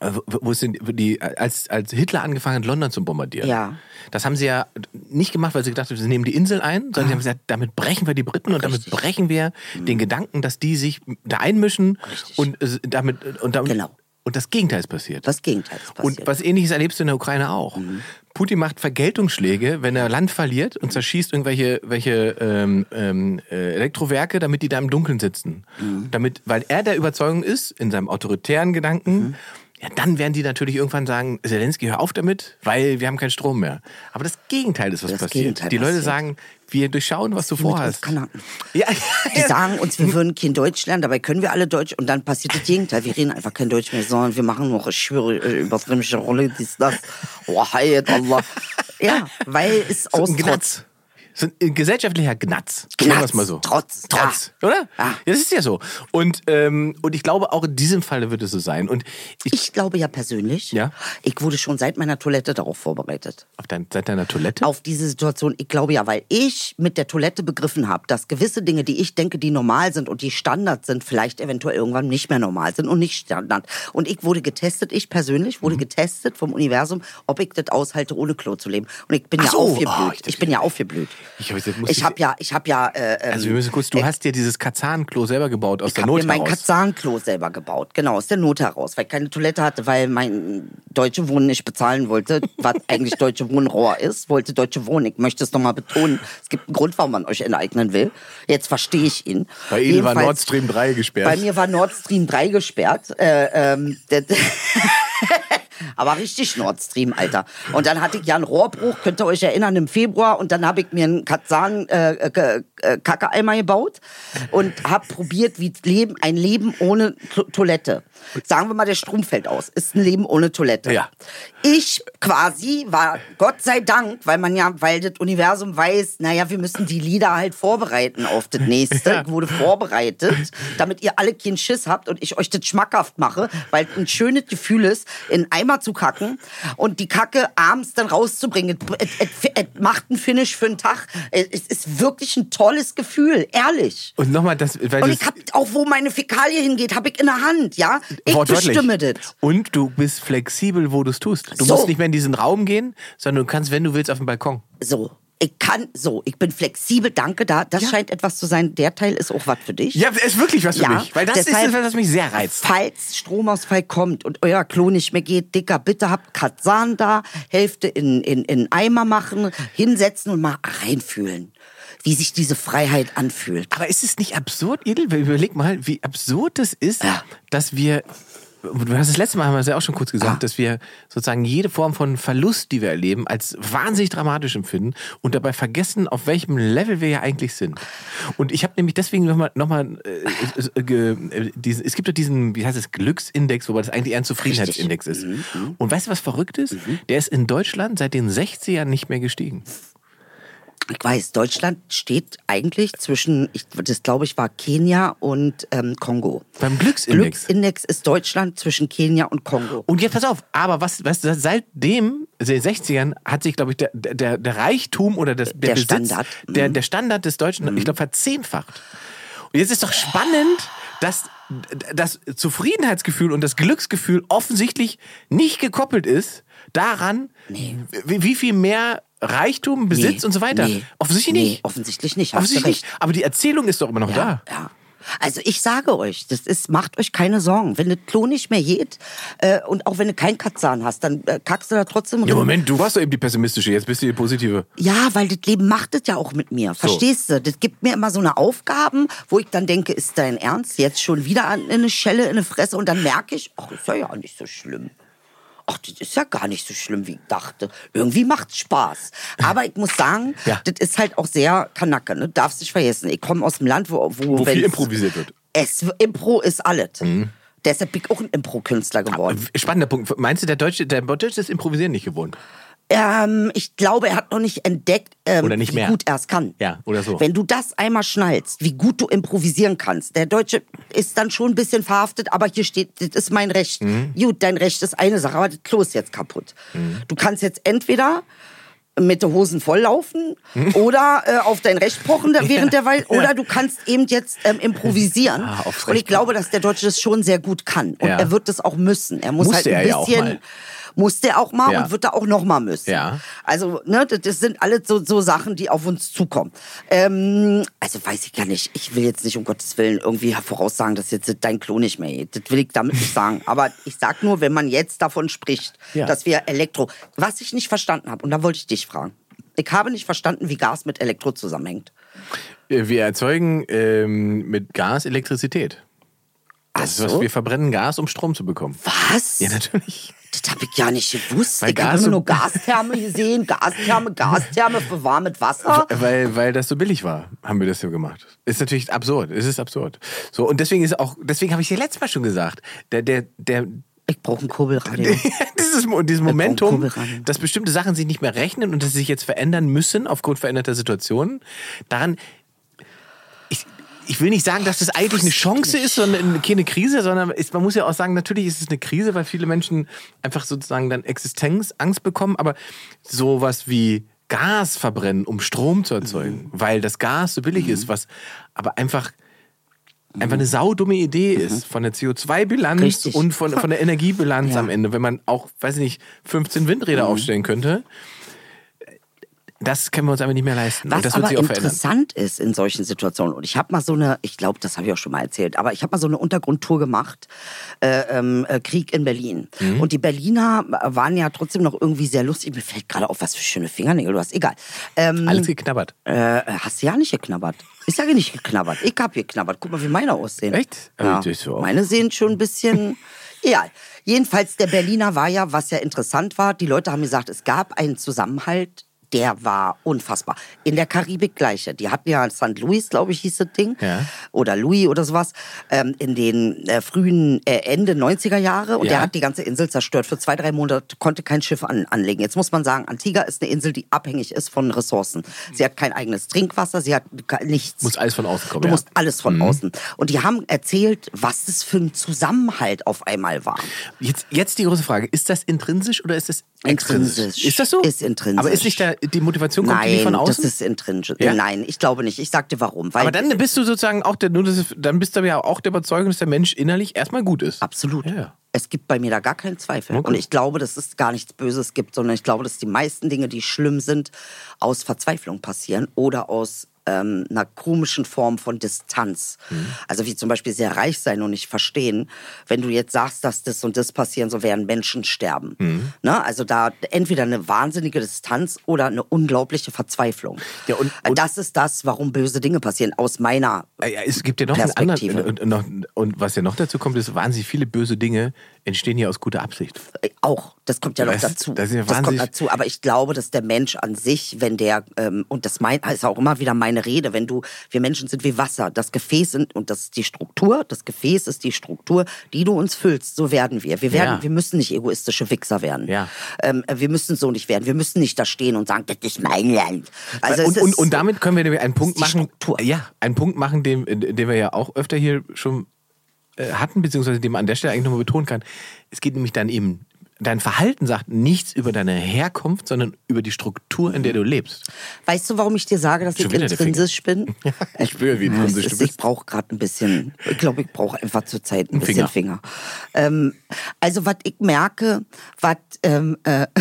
Speaker 2: äh, wo- wo es in- wo die, als, als Hitler angefangen hat, London zu bombardieren.
Speaker 4: Ja.
Speaker 2: Das haben sie ja nicht gemacht, weil sie gedacht haben, sie nehmen die Insel ein, sondern sie haben gesagt, damit brechen wir die Briten und damit brechen wir den Gedanken, dass die sich da einmischen und äh, damit und damit
Speaker 4: Genau.
Speaker 2: und das Gegenteil ist passiert.
Speaker 4: Das Mhm. Gegenteil ist passiert.
Speaker 2: Und was ähnliches erlebst du in der Ukraine auch. Putin macht Vergeltungsschläge, wenn er Land verliert und zerschießt irgendwelche welche, ähm, ähm, äh, Elektrowerke, damit die da im Dunkeln sitzen.
Speaker 4: Mhm.
Speaker 2: Damit, weil er der Überzeugung ist, in seinem autoritären Gedanken,
Speaker 4: Mhm.
Speaker 2: ja, dann werden die natürlich irgendwann sagen, Zelensky, hör auf damit, weil wir haben keinen Strom mehr. Aber das Gegenteil ist, was
Speaker 4: Das
Speaker 2: passiert.
Speaker 4: Gegenteil
Speaker 2: die Leute
Speaker 4: passiert.
Speaker 2: sagen, wir durchschauen, was du
Speaker 4: mit uns
Speaker 2: vorhast.
Speaker 4: Kanaken.
Speaker 2: Ja, [laughs]
Speaker 4: Die sagen uns, wir würden kein Deutsch lernen, dabei können wir alle Deutsch und dann passiert das Gegenteil. Wir reden einfach kein Deutsch mehr, sondern wir machen noch schwere, übertriebene Rolle, dies, das. Oh, hayat
Speaker 2: [laughs]
Speaker 4: Allah. Ja, weil es
Speaker 2: So
Speaker 4: aus
Speaker 2: ein
Speaker 4: Trotz.
Speaker 2: Gnatz. So ein äh, gesellschaftlicher Gnatz.
Speaker 4: Gnatz,
Speaker 2: Sagen wir's mal so.
Speaker 4: Trotz,
Speaker 2: Trotz,
Speaker 4: ja.
Speaker 2: oder?
Speaker 4: Ja.
Speaker 2: Ja. Das ist ja so. Und, ähm, und ich glaube, auch in diesem Falle wird es so sein. Und ich,
Speaker 4: Ich glaube ja persönlich,
Speaker 2: Ja.
Speaker 4: ich wurde schon seit meiner Toilette darauf vorbereitet.
Speaker 2: auf dein, seit deiner Toilette?
Speaker 4: auf diese Situation. Ich glaube ja, weil ich mit der Toilette begriffen habe, dass gewisse Dinge, die ich denke, die normal sind und die Standard sind, vielleicht eventuell irgendwann nicht mehr normal sind und nicht Standard. Und ich wurde getestet, ich persönlich
Speaker 2: Mhm.
Speaker 4: wurde getestet vom Universum, ob ich das aushalte, ohne Klo zu leben. Und ich bin
Speaker 2: Ach
Speaker 4: ja
Speaker 2: so, oh,
Speaker 4: aufgeblüht.
Speaker 2: ich
Speaker 4: ich,
Speaker 2: dachte,
Speaker 4: bin ja aufgeblüht.
Speaker 2: Ich hab jetzt- muss
Speaker 4: ich
Speaker 2: ich-
Speaker 4: habe ja, ich habe ja. Äh, ähm,
Speaker 2: also wir müssen kurz, du hast dir dieses Kazan-Klo selber gebaut aus
Speaker 4: ich
Speaker 2: der
Speaker 4: habe
Speaker 2: Not
Speaker 4: mir mein
Speaker 2: heraus.
Speaker 4: Kazanklo selber gebaut, genau, aus der Not heraus, weil ich keine Toilette hatte, weil mein Deutsche Wohnen nicht
Speaker 2: [laughs]
Speaker 4: bezahlen wollte, was eigentlich Deutsche Wohnen roher ist, wollte Deutsche Wohnen. Ich möchte es nochmal betonen, es gibt einen Grund, warum man euch enteignen will. Jetzt verstehe ich ihn.
Speaker 2: Bei Ihnen war
Speaker 4: Jedenfalls-
Speaker 2: Nord Stream 3 gesperrt.
Speaker 4: Bei mir war Nord Stream 3 gesperrt. Äh, ähm, das- [laughs] Aber richtig Nord Stream, Alter. Und dann hatte ich ja einen Rohrbruch, könnt ihr euch erinnern, im Februar. Und dann habe ich mir einen Katzan äh, K- äh, Kackeeimer gebaut und habe probiert, wie Leben, ein Leben ohne To- Toilette. Sagen wir mal, der Strom fällt aus. Ist ein Leben ohne Toilette.
Speaker 2: Ja.
Speaker 4: Ich quasi war, Gott sei Dank, weil man ja, weil das Universum weiß, naja, wir müssen die Lieder halt vorbereiten auf das nächste. Ich wurde vorbereitet, damit ihr alle keinen Schiss habt und ich euch das schmackhaft mache, weil es ein schönes Gefühl ist, in einen Eimer zu kacken und die Kacke abends dann rauszubringen. Es, es, es, es macht einen Finish für den Tag. Es ist wirklich ein tolles Gefühl, ehrlich.
Speaker 2: Und nochmal, das, weil
Speaker 4: Und
Speaker 2: das-
Speaker 4: ich hab auch, wo meine Fäkalie hingeht, hab ich in der Hand, ja? Ich
Speaker 2: Wortwörtlich.
Speaker 4: bestimme das.
Speaker 2: Und du bist flexibel, wo du es tust. Du
Speaker 4: So.
Speaker 2: musst nicht mehr in diesen Raum gehen, sondern du kannst, wenn du willst, auf den Balkon.
Speaker 4: So. Ich kann so, ich bin flexibel, danke da. Das scheint etwas zu sein. Der Teil ist auch was für dich.
Speaker 2: Ja, es ist wirklich was für
Speaker 4: Ja,
Speaker 2: mich. Weil das
Speaker 4: deshalb-
Speaker 2: ist das, was mich sehr reizt.
Speaker 4: Falls Stromausfall kommt und euer Klo nicht mehr geht, Dicker, bitte habt Katzan da, Hälfte in, in, in Eimer machen, hinsetzen und mal reinfühlen, wie sich diese Freiheit anfühlt.
Speaker 2: Aber ist es nicht absurd, Idel? Weil Überleg mal, wie absurd es ist,
Speaker 4: Ja.
Speaker 2: dass wir, du hast das letzte Mal, haben wir es ja auch schon kurz gesagt, dass wir sozusagen jede Form von Verlust, die wir erleben, als wahnsinnig dramatisch empfinden und dabei vergessen, auf welchem Level wir ja eigentlich sind. Und ich habe nämlich deswegen nochmal, noch mal, äh, es- äh, ge- äh, diesen, es gibt ja diesen, wie heißt es, Glücksindex, wobei das eigentlich eher ein Zufriedenheitsindex ist. Und weißt du, was verrückt ist? Der ist in Deutschland seit den 60ern nicht mehr gestiegen.
Speaker 4: Ich weiß, Deutschland steht eigentlich zwischen, ich, das glaube ich war Kenia und ähm, Kongo.
Speaker 2: Beim Glücksindex.
Speaker 4: Glücksindex ist Deutschland zwischen Kenia und Kongo.
Speaker 2: Und jetzt pass auf, aber was, was seitdem, also in den 60ern, hat sich, glaube ich, der, der, der Reichtum oder das, der,
Speaker 4: Der
Speaker 2: Besitz,
Speaker 4: Standard. Mhm.
Speaker 2: Der, der Standard des Deutschen, ich glaube, verzehnfacht. Und jetzt ist doch spannend, dass das Zufriedenheitsgefühl und das Glücksgefühl offensichtlich nicht gekoppelt ist daran, wie, wie viel mehr Reichtum, Besitz
Speaker 4: Nee,
Speaker 2: und so weiter.
Speaker 4: nee,
Speaker 2: offensichtlich
Speaker 4: nee,
Speaker 2: nicht.
Speaker 4: Offensichtlich nicht. hast du
Speaker 2: Offensichtlich
Speaker 4: recht.
Speaker 2: nicht. Aber die Erzählung ist doch immer noch da.
Speaker 4: Ja. Also ich sage euch, das ist, macht euch keine Sorgen. Wenn das Klo nicht mehr geht äh, und auch wenn du keinen Katzahn hast, dann äh, kackst du da trotzdem
Speaker 2: Ja,
Speaker 4: rin.
Speaker 2: Moment, du warst doch eben die pessimistische, jetzt bist du die positive.
Speaker 4: Ja, weil das Leben macht das ja auch mit mir. Verstehst du? Das gibt mir immer so eine Aufgaben, wo ich dann denke, ist dein Ernst? Jetzt schon wieder an in eine Schelle, in eine Fresse und dann merke ich, ach, ist ja ja nicht so schlimm. Ach, das ist ja gar nicht so schlimm, wie ich dachte. Irgendwie macht's Spaß. Aber ich muss sagen,
Speaker 2: [laughs] Ja.
Speaker 4: das ist halt auch sehr Kanacke, ne? Darfst nicht vergessen. Ich komme aus dem Land, wo,
Speaker 2: Wo
Speaker 4: wo,
Speaker 2: viel
Speaker 4: wenn's-
Speaker 2: improvisiert wird. Mhm.
Speaker 4: Es, Impro ist alles. Deshalb bin ich auch ein Impro-Künstler geworden.
Speaker 2: Spannender Punkt. Meinst du, der Deutsche, der Deutsche ist Improvisieren nicht gewohnt?
Speaker 4: Ähm, ich glaube, er hat noch nicht entdeckt, ähm,
Speaker 2: Oder nicht
Speaker 4: wie
Speaker 2: mehr.
Speaker 4: gut er es kann.
Speaker 2: Ja, oder so.
Speaker 4: Wenn du das einmal schnallst, wie gut du improvisieren kannst, der Deutsche ist dann schon ein bisschen verhaftet, aber hier steht, das ist mein Recht.
Speaker 2: Mhm.
Speaker 4: Gut, dein Recht ist eine Sache, aber das Klo ist jetzt kaputt. Du kannst jetzt entweder mit den Hosen volllaufen
Speaker 2: Mhm.
Speaker 4: oder äh, auf dein Recht
Speaker 2: [laughs]
Speaker 4: pochen da- während der Weile oder du kannst eben jetzt ähm, improvisieren.
Speaker 2: Ah, aufs
Speaker 4: und ich
Speaker 2: Recht
Speaker 4: glaube, dass der Deutsche das schon sehr gut kann und
Speaker 2: Ja.
Speaker 4: er wird das auch müssen. Er muss
Speaker 2: Musste
Speaker 4: halt ein
Speaker 2: er ja auch
Speaker 4: bisschen
Speaker 2: mal.
Speaker 4: musste er auch mal
Speaker 2: Ja.
Speaker 4: und wird er auch noch mal müssen.
Speaker 2: Ja.
Speaker 4: Also, ne, das- das sind alles so, so Sachen, die auf uns zukommen. Ähm, also weiß ich gar nicht. Ich will jetzt nicht um Gottes Willen irgendwie voraussagen, dass jetzt dein Klo nicht mehr geht. Das will ich damit
Speaker 2: [laughs]
Speaker 4: nicht sagen. Aber ich sag nur, wenn man jetzt davon spricht,
Speaker 2: Ja.
Speaker 4: dass wir Elektro. Was ich nicht verstanden habe, und da wollte ich dich fragen. Ich habe nicht verstanden, wie Gas mit Elektro zusammenhängt.
Speaker 2: Äh, Wir erzeugen ähm, mit Gas Elektrizität. Das
Speaker 4: Ach
Speaker 2: ist,
Speaker 4: so.
Speaker 2: was wir verbrennen Gas, um Strom zu bekommen.
Speaker 4: Was?
Speaker 2: Ja, natürlich.
Speaker 4: Das habe ich ja nicht gewusst.
Speaker 2: Weil
Speaker 4: ich habe
Speaker 2: Gas
Speaker 4: immer
Speaker 2: so-
Speaker 4: nur Gastherme gesehen. Gastherme, Gastherme für warmes Wasser.
Speaker 2: [laughs] Weil, weil das so billig war, haben wir das so gemacht. Ist natürlich absurd. Es ist absurd. So, und deswegen ist auch, deswegen habe ich dir letztes Mal schon gesagt, der, der, der,
Speaker 4: Ich brauche ein Kurbelradio.
Speaker 2: [laughs] dieses, Mo- dieses Momentum,
Speaker 4: Kurbelrahmen.
Speaker 2: dass bestimmte Sachen sich nicht mehr rechnen und dass sie sich jetzt verändern müssen aufgrund veränderter Situationen, daran, ich, ich will nicht sagen, dass das eigentlich eine Chance ist, sondern keine Krise, sondern ist, man muss ja auch sagen, natürlich ist es eine Krise, weil viele Menschen einfach sozusagen dann Existenzangst bekommen, aber sowas wie Gas verbrennen, um Strom zu erzeugen, weil das Gas so billig ist, was aber einfach einfach eine saudumme Idee ist von der CO2-Bilanz
Speaker 4: Richtig.
Speaker 2: und von, von der [laughs] Energiebilanz am Ende, wenn man auch, weiß ich nicht, 15 Windräder aufstellen könnte. Das können wir uns einfach nicht mehr leisten.
Speaker 4: Was
Speaker 2: und das wird
Speaker 4: aber
Speaker 2: sich auch verändern.
Speaker 4: interessant ist in solchen Situationen, und ich habe mal so eine, ich glaube, das habe ich auch schon mal erzählt, aber ich habe mal so eine Untergrundtour gemacht, äh, ähm, äh, Krieg in Berlin.
Speaker 2: Mhm.
Speaker 4: Und die Berliner waren ja trotzdem noch irgendwie sehr lustig. Mir fällt gerade auf, was für schöne Fingernägel du hast. Egal. Ähm,
Speaker 2: Alles geknabbert.
Speaker 4: äh, hast du ja nicht geknabbert. Ich sage nicht geknabbert. Ich habe geknabbert. Guck mal, wie meine aussehen.
Speaker 2: Echt?
Speaker 4: Ja.
Speaker 2: Aber die ist so auch- [laughs]
Speaker 4: Meine sehen schon ein bisschen. Ja, jedenfalls der Berliner war ja, was ja interessant war, die Leute haben gesagt, es gab einen Zusammenhalt, der war unfassbar. In der Karibik gleiche. Die hatten ja St. Louis, glaube ich, hieß das Ding.
Speaker 2: Ja.
Speaker 4: Oder Louis oder sowas. Ähm, in den äh, frühen äh, Ende 90er Jahre. Und
Speaker 2: Ja.
Speaker 4: der hat die ganze Insel zerstört. Für zwei, drei Monate konnte kein Schiff an, anlegen. Jetzt muss man sagen, Antigua ist eine Insel, die abhängig ist von Ressourcen. Sie hat kein eigenes Trinkwasser, sie hat ka- nichts.
Speaker 2: Muss alles von außen kommen,
Speaker 4: Du
Speaker 2: ja. Mhm.
Speaker 4: musst alles von außen. Und die haben erzählt, was das für ein Zusammenhalt auf einmal war.
Speaker 2: Jetzt, jetzt die große Frage: Ist das intrinsisch oder ist das extrinsisch?
Speaker 4: Intrinsisch.
Speaker 2: Ist das so?
Speaker 4: Ist intrinsisch.
Speaker 2: Aber ist nicht da, die Motivation kommt die nicht von
Speaker 4: das
Speaker 2: außen?
Speaker 4: ist intrinsisch.
Speaker 2: Ja?
Speaker 4: Nein, ich glaube nicht. Ich sagte warum. Weil
Speaker 2: aber dann bist du sozusagen auch der, nur das ist, dann bist du aber ja auch der Überzeugung, dass der Mensch innerlich erstmal gut ist.
Speaker 4: Absolut.
Speaker 2: Ja, ja.
Speaker 4: Es gibt bei mir da gar keinen Zweifel.
Speaker 2: Okay.
Speaker 4: Und ich glaube, dass es gar nichts Böses gibt, sondern ich glaube, dass die meisten Dinge, die schlimm sind, aus Verzweiflung passieren oder aus ähm, einer komischen Form von Distanz.
Speaker 2: Mhm.
Speaker 4: Also wie zum Beispiel sehr reich sein und nicht verstehen, wenn du jetzt sagst, dass das und das passieren, so werden Menschen sterben.
Speaker 2: Mhm.
Speaker 4: Ne? Also da entweder eine wahnsinnige Distanz oder eine unglaubliche Verzweiflung.
Speaker 2: Ja, und-
Speaker 4: Äh,
Speaker 2: und-
Speaker 4: das ist das, warum böse Dinge passieren, aus meiner
Speaker 2: Ja, Ah, ja, es gibt ja noch einen
Speaker 4: Perspektive.
Speaker 2: anderen. Und, und, noch, und was ja noch dazu kommt, ist, wahnsinnig viele böse Dinge entstehen ja aus guter Absicht.
Speaker 4: Äh, Auch, das kommt ja noch
Speaker 2: Das-
Speaker 4: dazu.
Speaker 2: das ist ja
Speaker 4: kommt
Speaker 2: wahnsinnig-
Speaker 4: dazu. Aber ich glaube, dass der Mensch an sich, wenn der, ähm, und das mein, ist auch immer wieder meine Rede, wenn du, wir Menschen sind wie Wasser, das Gefäß sind, und das ist die Struktur, das Gefäß ist die Struktur, die du uns füllst, so werden wir. Wir werden,
Speaker 2: Ja.
Speaker 4: wir müssen nicht egoistische Wichser werden.
Speaker 2: Ja.
Speaker 4: Ähm, wir müssen so nicht werden. Wir müssen nicht da stehen und sagen, das ist mein Land. Also
Speaker 2: und,
Speaker 4: es
Speaker 2: und,
Speaker 4: ist,
Speaker 2: und damit können wir nämlich einen Punkt
Speaker 4: ist die
Speaker 2: machen.
Speaker 4: Struktur.
Speaker 2: Ja, einen Punkt machen, den, den wir ja auch öfter hier schon äh, hatten, beziehungsweise den man an der Stelle eigentlich nochmal betonen kann. Es geht nämlich dann eben, dein Verhalten sagt nichts über deine Herkunft, sondern über die Struktur, in der du lebst.
Speaker 4: weißt du, warum ich dir sage, dass
Speaker 2: Schon
Speaker 4: ich
Speaker 2: wieder der Finger.
Speaker 4: intrinsisch bin?
Speaker 2: [laughs] Ich spüre, wie
Speaker 4: Ja, es
Speaker 2: intrinsisch
Speaker 4: ist-
Speaker 2: du bist.
Speaker 4: Ich brauche gerade ein bisschen, ich glaube, ich brauche einfach zurzeit ein
Speaker 2: Ein
Speaker 4: bisschen Finger. Ähm, also, was ich merke, was. Ähm, äh, [laughs]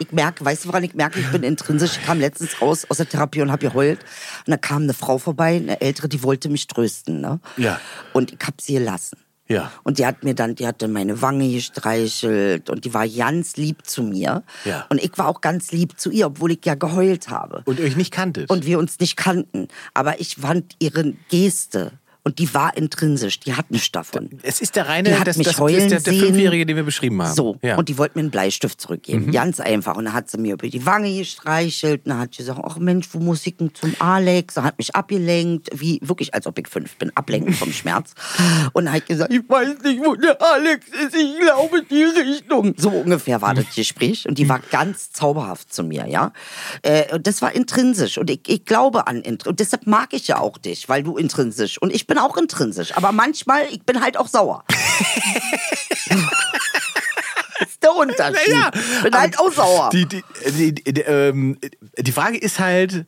Speaker 4: Ich merke, weißt du, woran ich merke? Ich bin intrinsisch. Ich kam letztens raus aus der Therapie und habe geheult. Und da kam eine Frau vorbei, eine ältere, die wollte mich trösten. Ne?
Speaker 2: Ja.
Speaker 4: Und ich habe sie gelassen.
Speaker 2: Ja.
Speaker 4: Und die hat mir dann, die hatte meine Wange gestreichelt und die war ganz lieb zu mir.
Speaker 2: Ja.
Speaker 4: Und ich war auch ganz lieb zu ihr, obwohl ich ja geheult habe.
Speaker 2: Und euch nicht kanntet.
Speaker 4: Und wir uns nicht kannten. Aber ich fand ihre Geste und die war intrinsisch, die hat nichts davon.
Speaker 2: es ist der
Speaker 4: Die
Speaker 2: reine,
Speaker 4: hat
Speaker 2: das,
Speaker 4: mich
Speaker 2: das
Speaker 4: heulen
Speaker 2: ist der, der
Speaker 4: sehen.
Speaker 2: Fünfjährige, den wir beschrieben haben.
Speaker 4: So,
Speaker 2: Ähm, ja. Mhm.
Speaker 4: und die wollte mir einen Bleistift zurückgeben. Ganz einfach. Und dann hat sie mir über die Wange gestreichelt. Und dann hat sie gesagt: Ach Mensch, wo muss ich denn zum Alex? Und hat mich abgelenkt. Wie wirklich, als ob ich fünf bin, ablenken
Speaker 2: [laughs]
Speaker 4: vom Schmerz. Und dann hat gesagt: Ich weiß nicht, wo der Alex ist. Ich glaube, die Richtung. So ungefähr war das Gespräch. Und die war ganz zauberhaft zu mir, ja. Äh, und das war intrinsisch. Und ich, ich glaube an intrinsisch. Und deshalb mag ich ja auch dich, weil du intrinsisch. Und ich bin auch intrinsisch. Aber manchmal, ich bin halt auch sauer. ist
Speaker 2: [laughs]
Speaker 4: der Unterschied.
Speaker 2: Ja,
Speaker 4: Bin
Speaker 2: aber
Speaker 4: halt auch sauer.
Speaker 2: Die, die, die, die, die, ähm, die Frage ist halt,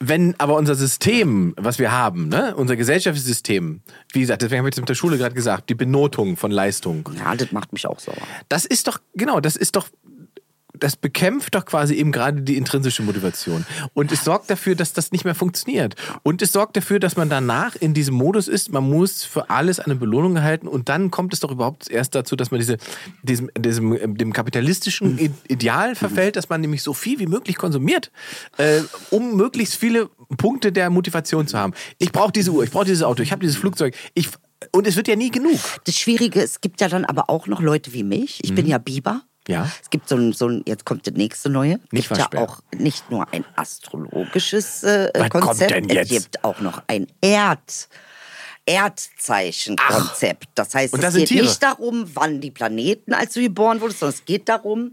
Speaker 2: wenn aber unser System, was wir haben, ne, unser gesellschaftliches System, wie gesagt, deswegen habe ich es mit der Schule gerade gesagt, die Benotung von Leistung,
Speaker 4: ja, das macht mich auch sauer.
Speaker 2: das ist doch, genau, das ist doch, das bekämpft doch quasi eben gerade die intrinsische Motivation. Und es sorgt dafür, dass das nicht mehr funktioniert. Und es sorgt dafür, dass man danach in diesem Modus ist, man muss für alles eine Belohnung erhalten und dann kommt es doch überhaupt erst dazu, dass man diese, diesem, diesem, äh, dem kapitalistischen I- Ideal verfällt, dass man nämlich so viel wie möglich konsumiert, äh, um möglichst viele Punkte der Motivation zu haben. Ich brauche diese Uhr, ich brauche dieses Auto, ich habe dieses Flugzeug, ich, und es wird ja nie genug.
Speaker 4: Das Schwierige, es gibt ja dann aber auch noch Leute wie mich. Ich bin ja Biber.
Speaker 2: Mhm. Ja.
Speaker 4: Es gibt so ein, so ein, jetzt kommt das nächste neue.
Speaker 2: Nicht
Speaker 4: gibt ja
Speaker 2: Waschbär.
Speaker 4: auch nicht nur ein astrologisches äh,
Speaker 2: Was kommt
Speaker 4: Konzept,
Speaker 2: denn jetzt?
Speaker 4: es gibt auch noch ein Erd. Erdzeichenkonzept. Das heißt,
Speaker 2: Und
Speaker 4: es
Speaker 2: das sind
Speaker 4: geht
Speaker 2: Tiere.
Speaker 4: nicht darum, wann die Planeten, als du geboren wurdest, sondern es geht darum,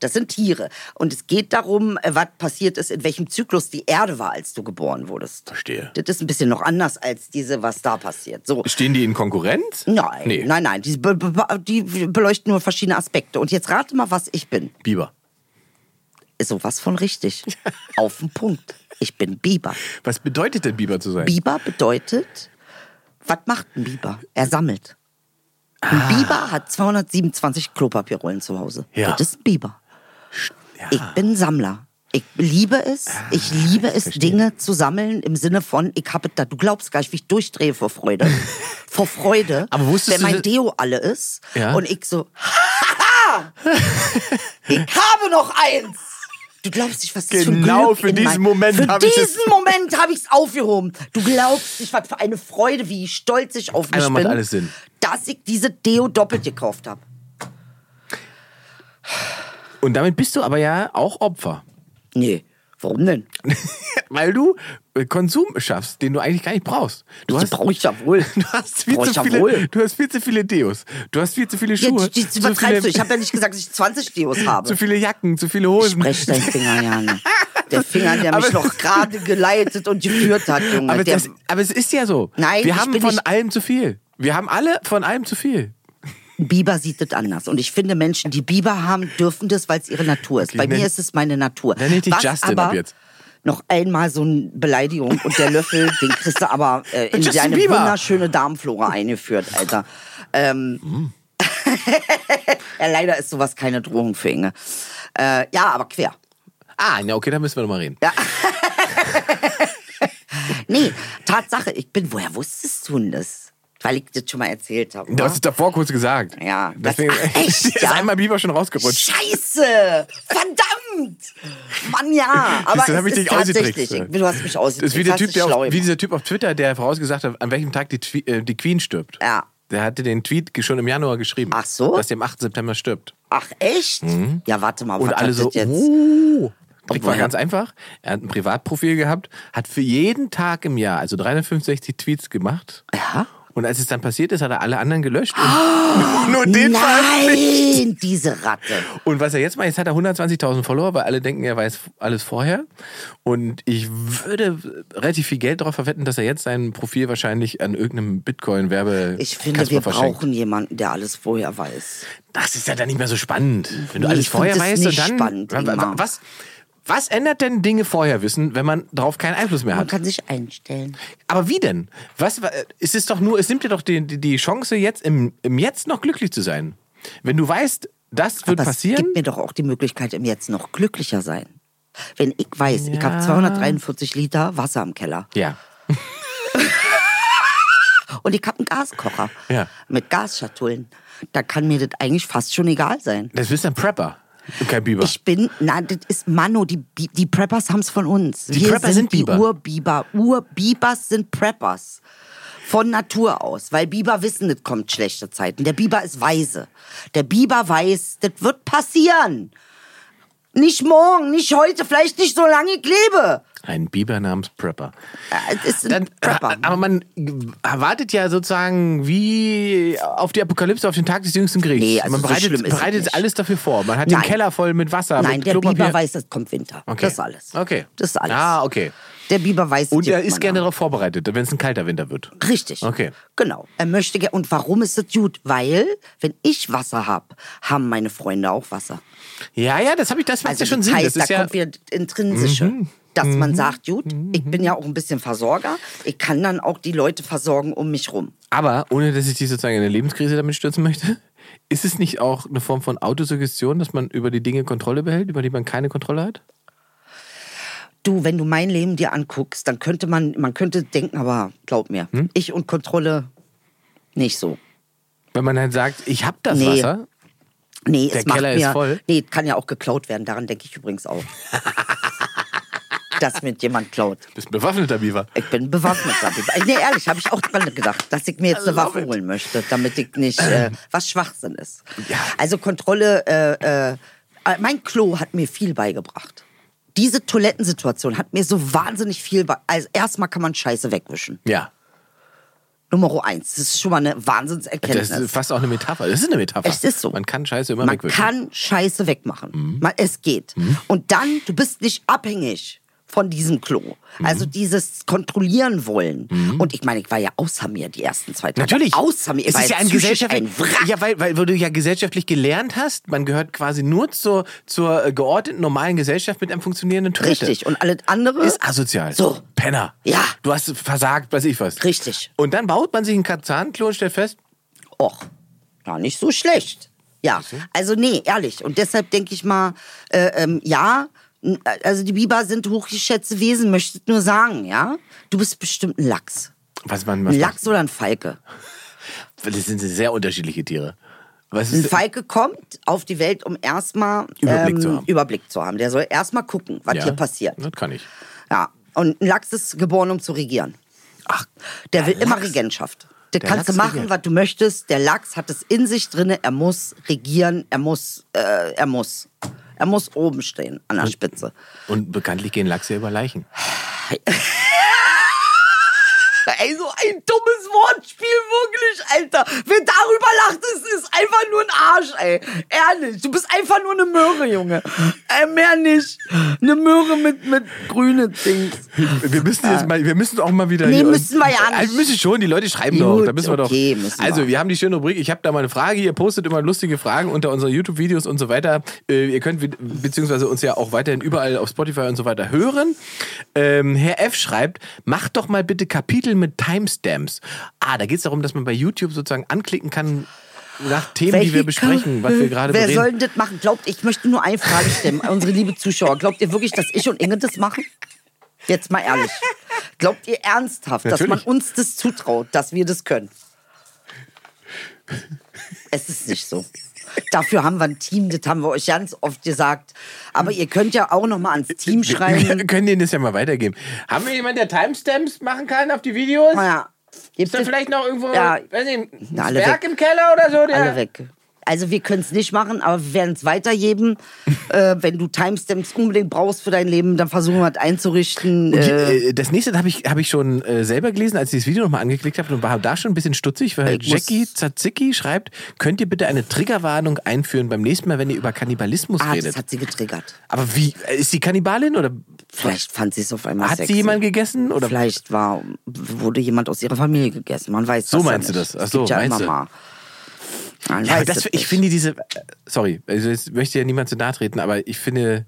Speaker 4: das sind Tiere. Und es geht darum, äh, was passiert ist, in welchem Zyklus die Erde war, als du geboren wurdest.
Speaker 2: Verstehe.
Speaker 4: Das ist ein bisschen noch anders als diese, was da passiert. So.
Speaker 2: Stehen die in Konkurrenz?
Speaker 4: Nein,
Speaker 2: Nee.
Speaker 4: nein, nein. Die, be be die beleuchten nur verschiedene Aspekte. Und jetzt rate mal, was ich bin.
Speaker 2: Biber.
Speaker 4: Ist sowas von richtig. Auf den Punkt. Ich bin Biber.
Speaker 2: Was bedeutet denn Biber zu sein?
Speaker 4: Biber bedeutet, was macht ein Biber? Er sammelt. Ein
Speaker 2: Ah.
Speaker 4: Biber hat 227 Klopapierrollen zu Hause.
Speaker 2: Ja.
Speaker 4: Das ist ein Biber. Ich bin Sammler. Ich liebe es.
Speaker 2: Ah,
Speaker 4: Ich liebe es, Dinge zu sammeln im Sinne von, ich habe da. Du glaubst gar nicht, wie ich durchdrehe vor Freude.
Speaker 2: [laughs]
Speaker 4: vor Freude.
Speaker 2: Aber wusstest
Speaker 4: wenn
Speaker 2: du das-
Speaker 4: mein Deo alle ist
Speaker 2: Ja.
Speaker 4: [laughs] und ich so, ich habe noch eins. Du glaubst nicht, was das für ein
Speaker 2: Genau
Speaker 4: Glück
Speaker 2: für
Speaker 4: in
Speaker 2: diesen
Speaker 4: mein-
Speaker 2: Moment
Speaker 4: Für
Speaker 2: habe ich es.
Speaker 4: diesen Moment habe ich es aufgehoben. Du glaubst nicht, was für eine Freude, wie stolz ich auf mich
Speaker 2: Einmal macht
Speaker 4: bin,
Speaker 2: alles Sinn.
Speaker 4: dass ich diese Deo doppelt gekauft habe.
Speaker 2: Und damit bist du aber ja auch Opfer.
Speaker 4: Nee, warum denn?
Speaker 2: Weil du äh, Konsum schaffst, den du eigentlich gar nicht brauchst. Du
Speaker 4: Die brauche ich ja wohl.
Speaker 2: [laughs] Du hast, viel
Speaker 4: Brauch
Speaker 2: zu
Speaker 4: ich ja
Speaker 2: viele,
Speaker 4: wohl.
Speaker 2: du hast viel zu viele Deos. Du hast viel zu viele Schuhe.
Speaker 4: Jetzt, jetzt
Speaker 2: zu
Speaker 4: übertreibst du.
Speaker 2: viele-
Speaker 4: Ich habe ja nicht gesagt, dass ich 20 Deos habe.
Speaker 2: [laughs] Zu viele Jacken, zu viele Hosen.
Speaker 4: Brech deinen Finger, Jana. Der Finger, der mich
Speaker 2: Aber-
Speaker 4: noch gerade geleitet und geführt hat, Junge.
Speaker 2: aber,
Speaker 4: der,
Speaker 2: das, aber es ist ja so.
Speaker 4: Nein,
Speaker 2: wir
Speaker 4: ich
Speaker 2: haben
Speaker 4: bin
Speaker 2: von
Speaker 4: nicht-
Speaker 2: allem zu viel. Wir haben alle von allem zu viel.
Speaker 4: Biber sieht das anders. Und ich finde, Menschen, die Biber haben, dürfen das, weil es ihre Natur ist.
Speaker 2: Okay,
Speaker 4: Bei
Speaker 2: nenn-
Speaker 4: mir ist es meine Natur.
Speaker 2: nenn ich dich
Speaker 4: Was
Speaker 2: Justin
Speaker 4: aber
Speaker 2: ab jetzt.
Speaker 4: Noch einmal so eine Beleidigung und
Speaker 2: [laughs]
Speaker 4: der Löffel, den kriegst du aber äh, in
Speaker 2: Justin
Speaker 4: deine
Speaker 2: Bieber.
Speaker 4: wunderschöne Darmflora eingeführt, Alter. Ähm,
Speaker 2: Mhm.
Speaker 4: [laughs] ja, leider ist sowas keine Drohung für Inge. Äh, ja, aber quer.
Speaker 2: Ah, ja, okay, da müssen wir nochmal reden.
Speaker 4: Nee, Tatsache, ich bin, woher wusstest du denn das? Weil ich das schon mal erzählt habe.
Speaker 2: Du
Speaker 4: wa?
Speaker 2: hast es davor kurz gesagt.
Speaker 4: Ja, das-
Speaker 2: Deswegen [laughs]
Speaker 4: ach, echt,
Speaker 2: ist
Speaker 4: ja?
Speaker 2: einmal Biber schon rausgerutscht.
Speaker 4: Scheiße! Verdammt! Mann, ja! Aber
Speaker 2: Siehst du,
Speaker 4: es
Speaker 2: hab ich
Speaker 4: ist
Speaker 2: dich
Speaker 4: tatsächlich.
Speaker 2: ausgetrickst. Äh,
Speaker 4: Ich, du hast mich
Speaker 2: Das
Speaker 4: ausgetrickst.
Speaker 2: ist wie, der
Speaker 4: hast
Speaker 2: typ,
Speaker 4: dich
Speaker 2: der
Speaker 4: schlau
Speaker 2: auf, wie
Speaker 4: gemacht.
Speaker 2: dieser Typ auf Twitter, der vorausgesagt hat, an welchem Tag die, Twi- äh, die Queen stirbt.
Speaker 4: Ja.
Speaker 2: Der hatte den Tweet ge- schon im Januar geschrieben.
Speaker 4: Ach so?
Speaker 2: Dass sie am 8. September stirbt.
Speaker 4: Ach, echt? Ja, warte mal.
Speaker 2: Mhm. Und
Speaker 4: was
Speaker 2: alle
Speaker 4: hat
Speaker 2: so,
Speaker 4: das jetzt?
Speaker 2: uh. Trick war
Speaker 4: woher?
Speaker 2: ganz einfach. Er hat ein Privatprofil gehabt, hat für jeden Tag im Jahr, also 365 Tweets gemacht.
Speaker 4: Ja?
Speaker 2: Und als es dann passiert ist, hat er alle anderen gelöscht. Und [laughs] nur den Fall.
Speaker 4: Oh, Nein, diese Ratte.
Speaker 2: Und was er jetzt macht, jetzt hat er 120.000 Follower, weil alle denken, er weiß alles vorher. Und ich würde relativ viel Geld darauf verwetten, dass er jetzt sein Profil wahrscheinlich an irgendeinem Bitcoin-Werbe.
Speaker 4: Ich finde,
Speaker 2: Kasper
Speaker 4: wir
Speaker 2: verschenkt.
Speaker 4: brauchen jemanden, der alles vorher weiß.
Speaker 2: Das ist ja dann nicht mehr so spannend. Wenn du
Speaker 4: Nee,
Speaker 2: alles
Speaker 4: ich find
Speaker 2: vorher
Speaker 4: das
Speaker 2: weißt und
Speaker 4: nicht
Speaker 2: dann.
Speaker 4: spannend,
Speaker 2: wa- wa-
Speaker 4: Ingmar.
Speaker 2: was, was ändert denn Dinge vorher wissen, wenn man darauf keinen Einfluss mehr
Speaker 4: Man
Speaker 2: hat?
Speaker 4: kann sich einstellen.
Speaker 2: Aber wie denn? Was, wa- es ist doch nur, es nimmt dir doch die, die die Chance, jetzt im, im Jetzt noch glücklich zu sein. Wenn du weißt, das wird
Speaker 4: Aber Es
Speaker 2: passieren.
Speaker 4: gibt mir doch auch die Möglichkeit, im Jetzt noch glücklicher sein. Wenn ich weiß, ich
Speaker 2: Ja.
Speaker 4: habe 243 Liter Wasser im Keller
Speaker 2: ja.
Speaker 4: und ich habe einen Gaskocher
Speaker 2: Ja.
Speaker 4: mit Gasschatullen, da kann mir das eigentlich fast schon egal sein.
Speaker 2: Das bist ein Prepper. Und kein Biber.
Speaker 4: Ich bin, na, das ist Mano, die, Bi- die Preppers haben es von uns.
Speaker 2: Die
Speaker 4: Wir
Speaker 2: Prepper sind
Speaker 4: die
Speaker 2: Biber.
Speaker 4: Urbiber. Urbibers sind Preppers. Von Natur aus. Weil Biber wissen, es kommt schlechte Zeiten. Der Biber ist weise. Der Biber weiß, das wird passieren. Nicht morgen, nicht heute, vielleicht nicht so lange ich lebe.
Speaker 2: Ein Biber namens Prepper.
Speaker 4: Äh, Es ist ein
Speaker 2: Dann,
Speaker 4: Prepper.
Speaker 2: aber man erwartet ja sozusagen wie auf die Apokalypse, auf den Tag des jüngsten Gerichts.
Speaker 4: Nee, also
Speaker 2: man
Speaker 4: so
Speaker 2: bereitet,
Speaker 4: schlimm ist es
Speaker 2: bereitet
Speaker 4: nicht.
Speaker 2: alles dafür vor. Man hat den
Speaker 4: Nein.
Speaker 2: Keller voll mit Wasser,
Speaker 4: Nein,
Speaker 2: mit
Speaker 4: der
Speaker 2: Klopapier.
Speaker 4: Biber weiß, es kommt Winter.
Speaker 2: Okay.
Speaker 4: Das ist alles.
Speaker 2: Okay.
Speaker 4: Das ist alles.
Speaker 2: Ah, okay.
Speaker 4: Der Biber weiß
Speaker 2: Und er
Speaker 4: gibt
Speaker 2: ist
Speaker 4: man
Speaker 2: gerne
Speaker 4: an.
Speaker 2: darauf vorbereitet, wenn es ein kalter Winter wird.
Speaker 4: Richtig.
Speaker 2: Okay.
Speaker 4: Genau. Er möchte gerne. Und warum ist das gut? Weil, wenn ich Wasser habe, haben meine Freunde auch Wasser.
Speaker 2: Ja, ja, das habe ich, das macht
Speaker 4: Also
Speaker 2: ja schon
Speaker 4: das
Speaker 2: Sinn.
Speaker 4: heißt,
Speaker 2: das ist
Speaker 4: da
Speaker 2: ja, Mhm.
Speaker 4: kommt wieder das Intrinsische. Dass man sagt, gut, ich bin ja auch ein bisschen Versorger. Ich kann dann auch die Leute versorgen um mich rum.
Speaker 2: aber ohne, dass ich dich sozusagen in eine Lebenskrise damit stürzen möchte, [laughs] ist es nicht auch eine Form von Autosuggestion, dass man über die Dinge Kontrolle behält, über die man keine Kontrolle hat?
Speaker 4: Du, wenn du mein Leben dir anguckst, dann könnte man, man könnte denken, aber glaub mir,
Speaker 2: Hm?
Speaker 4: ich und Kontrolle nicht so.
Speaker 2: Wenn man halt sagt, ich habe das
Speaker 4: Nee.
Speaker 2: Wasser,
Speaker 4: Nee,
Speaker 2: Der
Speaker 4: es macht
Speaker 2: Keller ist
Speaker 4: mir,
Speaker 2: voll.
Speaker 4: Nee, kann ja auch geklaut werden, daran denke ich übrigens auch. [laughs] Dass mir jemand klaut.
Speaker 2: bist ein bewaffneter Biber.
Speaker 4: Ich bin bewaffnet. Sag ich. Nee, ehrlich, habe ich auch dran gedacht, dass ich mir jetzt
Speaker 2: Also,
Speaker 4: eine Waffe holen möchte, damit ich nicht, äh, was Schwachsinn ist. Also Kontrolle, äh, äh, mein Klo hat mir viel beigebracht. Diese Toilettensituation hat mir so wahnsinnig viel bei. Also erstmal kann man Scheiße wegwischen.
Speaker 2: Ja.
Speaker 4: Nummer eins. Das ist schon mal eine
Speaker 2: Das
Speaker 4: Wahnsinnserkenntnis.
Speaker 2: ist fast auch eine Metapher. Das ist eine Metapher.
Speaker 4: Es ist so.
Speaker 2: Man kann Scheiße immer Mhm.
Speaker 4: Man
Speaker 2: wegwischen.
Speaker 4: kann Scheiße wegmachen. Man, es geht. Und dann, du bist nicht abhängig von diesem Klo.
Speaker 2: Mhm.
Speaker 4: Also dieses kontrollieren wollen. Und ich meine, ich war ja außer mir die ersten zwei Tage.
Speaker 2: Natürlich.
Speaker 4: Außer mir. Ich
Speaker 2: Es
Speaker 4: war
Speaker 2: ist ja ein
Speaker 4: psychisch
Speaker 2: gesellschaftlich,
Speaker 4: ein Wrack.
Speaker 2: Ja, weil, weil, weil du ja gesellschaftlich gelernt hast, man gehört quasi nur zur, zur äh, geordneten, normalen Gesellschaft mit einem funktionierenden Toilette.
Speaker 4: Richtig. Und alles andere
Speaker 2: Ist asozial.
Speaker 4: So.
Speaker 2: Penner.
Speaker 4: Ja.
Speaker 2: Du hast versagt, weiß ich was.
Speaker 4: Richtig.
Speaker 2: Und dann baut man sich einen Kazan-Klo und stellt fest,
Speaker 4: Och, gar nicht so schlecht. Ja, also nee, ehrlich. Und deshalb denke ich mal, äh, ähm, ja, n- also die Biber sind hochgeschätzte Wesen, möchte ich nur sagen, ja. Du bist bestimmt ein Lachs.
Speaker 2: was man, was
Speaker 4: Ein Lachs oder ein Falke.
Speaker 2: Das sind sehr unterschiedliche Tiere. Was
Speaker 4: Ein
Speaker 2: ist
Speaker 4: Falke kommt auf die Welt, um erstmal ähm,
Speaker 2: Überblick zu haben.
Speaker 4: Überblick zu haben. Der soll erstmal gucken, was
Speaker 2: Ja,
Speaker 4: hier passiert.
Speaker 2: Das kann ich.
Speaker 4: Ja. Und ein Lachs ist geboren, um zu regieren.
Speaker 2: Ach,
Speaker 4: Der will immer
Speaker 2: Lachs.
Speaker 4: Regentschaft. Der,
Speaker 2: Der
Speaker 4: kannst du
Speaker 2: Lachs
Speaker 4: machen,
Speaker 2: regiert.
Speaker 4: was du möchtest. Der Lachs hat es in sich drinne. Er muss regieren. Er muss. Äh, er muss. Er muss oben stehen an der Spitze.
Speaker 2: Und bekanntlich gehen Lachse über Leichen.
Speaker 4: Ey, so ein dummes Wortspiel, wirklich, Alter. Wer darüber lacht, ist, ist einfach nur ein Arsch, ey. Ehrlich, du bist einfach nur eine Möhre, Junge. Ey, mehr nicht. Eine Möhre mit, mit grünen Dings.
Speaker 2: Wir müssen jetzt mal, wir müssen auch mal wieder.
Speaker 4: Ah. Nee, müssen wir ja nicht.
Speaker 2: Also müssen schon, die Leute schreiben doch.
Speaker 4: Gut,
Speaker 2: Da müssen wir doch.
Speaker 4: okay, müssen wir.
Speaker 2: also, wir haben die schöne Rubrik. Ich habe da mal eine Frage. Ihr postet immer lustige Fragen unter unseren YouTube-Videos und so weiter. Äh, ihr könnt wi- beziehungsweise uns ja auch weiterhin überall auf Spotify und so weiter hören. Ähm, Herr F. schreibt, macht doch mal bitte Kapitel mit Timestamps. Ah, da geht es darum, dass man bei YouTube sozusagen anklicken kann nach Themen, die wir
Speaker 4: Welche
Speaker 2: besprechen, was wir gerade
Speaker 4: Wer
Speaker 2: bereden.
Speaker 4: soll denn das machen? Glaubt, ich möchte nur eine Frage stellen, an unsere liebe Zuschauer. Glaubt ihr wirklich, dass ich und Inge das machen? Jetzt mal ehrlich. Glaubt ihr ernsthaft, dass man
Speaker 2: Natürlich.
Speaker 4: uns das zutraut, dass wir das können? Es ist nicht so. Dafür haben wir ein Team, das haben wir euch ganz oft gesagt. Aber ihr könnt ja auch noch mal ans Team
Speaker 2: wir [laughs]
Speaker 4: schreiben.
Speaker 2: können denen das ja mal weitergeben. Haben wir jemanden, der Timestamps machen kann auf die Videos?
Speaker 4: Naja, gibt
Speaker 2: Ist da
Speaker 4: es
Speaker 2: vielleicht noch irgendwo,
Speaker 4: Ja.
Speaker 2: weiß ich,
Speaker 4: Na,
Speaker 2: ein
Speaker 4: alle
Speaker 2: Berg
Speaker 4: weg.
Speaker 2: im Keller oder so? Der
Speaker 4: alle weg. Also wir können es nicht machen, aber wir werden
Speaker 2: [laughs]
Speaker 4: es weitergeben. äh, wenn du Timestamps unbedingt brauchst für dein Leben, dann versuchen wir das einzurichten.
Speaker 2: Und
Speaker 4: Äh,
Speaker 2: hier, äh, das nächste habe ich, hab ich schon äh, selber gelesen, als ich das Video nochmal angeklickt habe und war da schon ein bisschen stutzig, weil
Speaker 4: Ich muss-
Speaker 2: Jackie Tzatziki schreibt, könnt ihr bitte eine Triggerwarnung einführen beim nächsten Mal, wenn ihr über Kannibalismus
Speaker 4: ah, das
Speaker 2: redet.
Speaker 4: hat sie getriggert.
Speaker 2: Aber wie, äh, ist sie Kannibalin oder
Speaker 4: Vielleicht fand sie es auf einmal
Speaker 2: hat
Speaker 4: sexy.
Speaker 2: sie jemand gegessen? Oder?
Speaker 4: Vielleicht war, wurde jemand aus ihrer Familie gegessen. Man weiß
Speaker 2: So
Speaker 4: das
Speaker 2: meinst
Speaker 4: ja
Speaker 2: du
Speaker 4: nicht.
Speaker 2: das? Ach
Speaker 4: Es
Speaker 2: so,
Speaker 4: gibt ja
Speaker 2: meinst
Speaker 4: immer
Speaker 2: du?
Speaker 4: Mal. Man
Speaker 2: Ja, aber
Speaker 4: weiß
Speaker 2: das,
Speaker 4: es
Speaker 2: ich
Speaker 4: nicht.
Speaker 2: finde diese, sorry, also jetzt möchte ja niemand zu nahe treten, aber ich finde,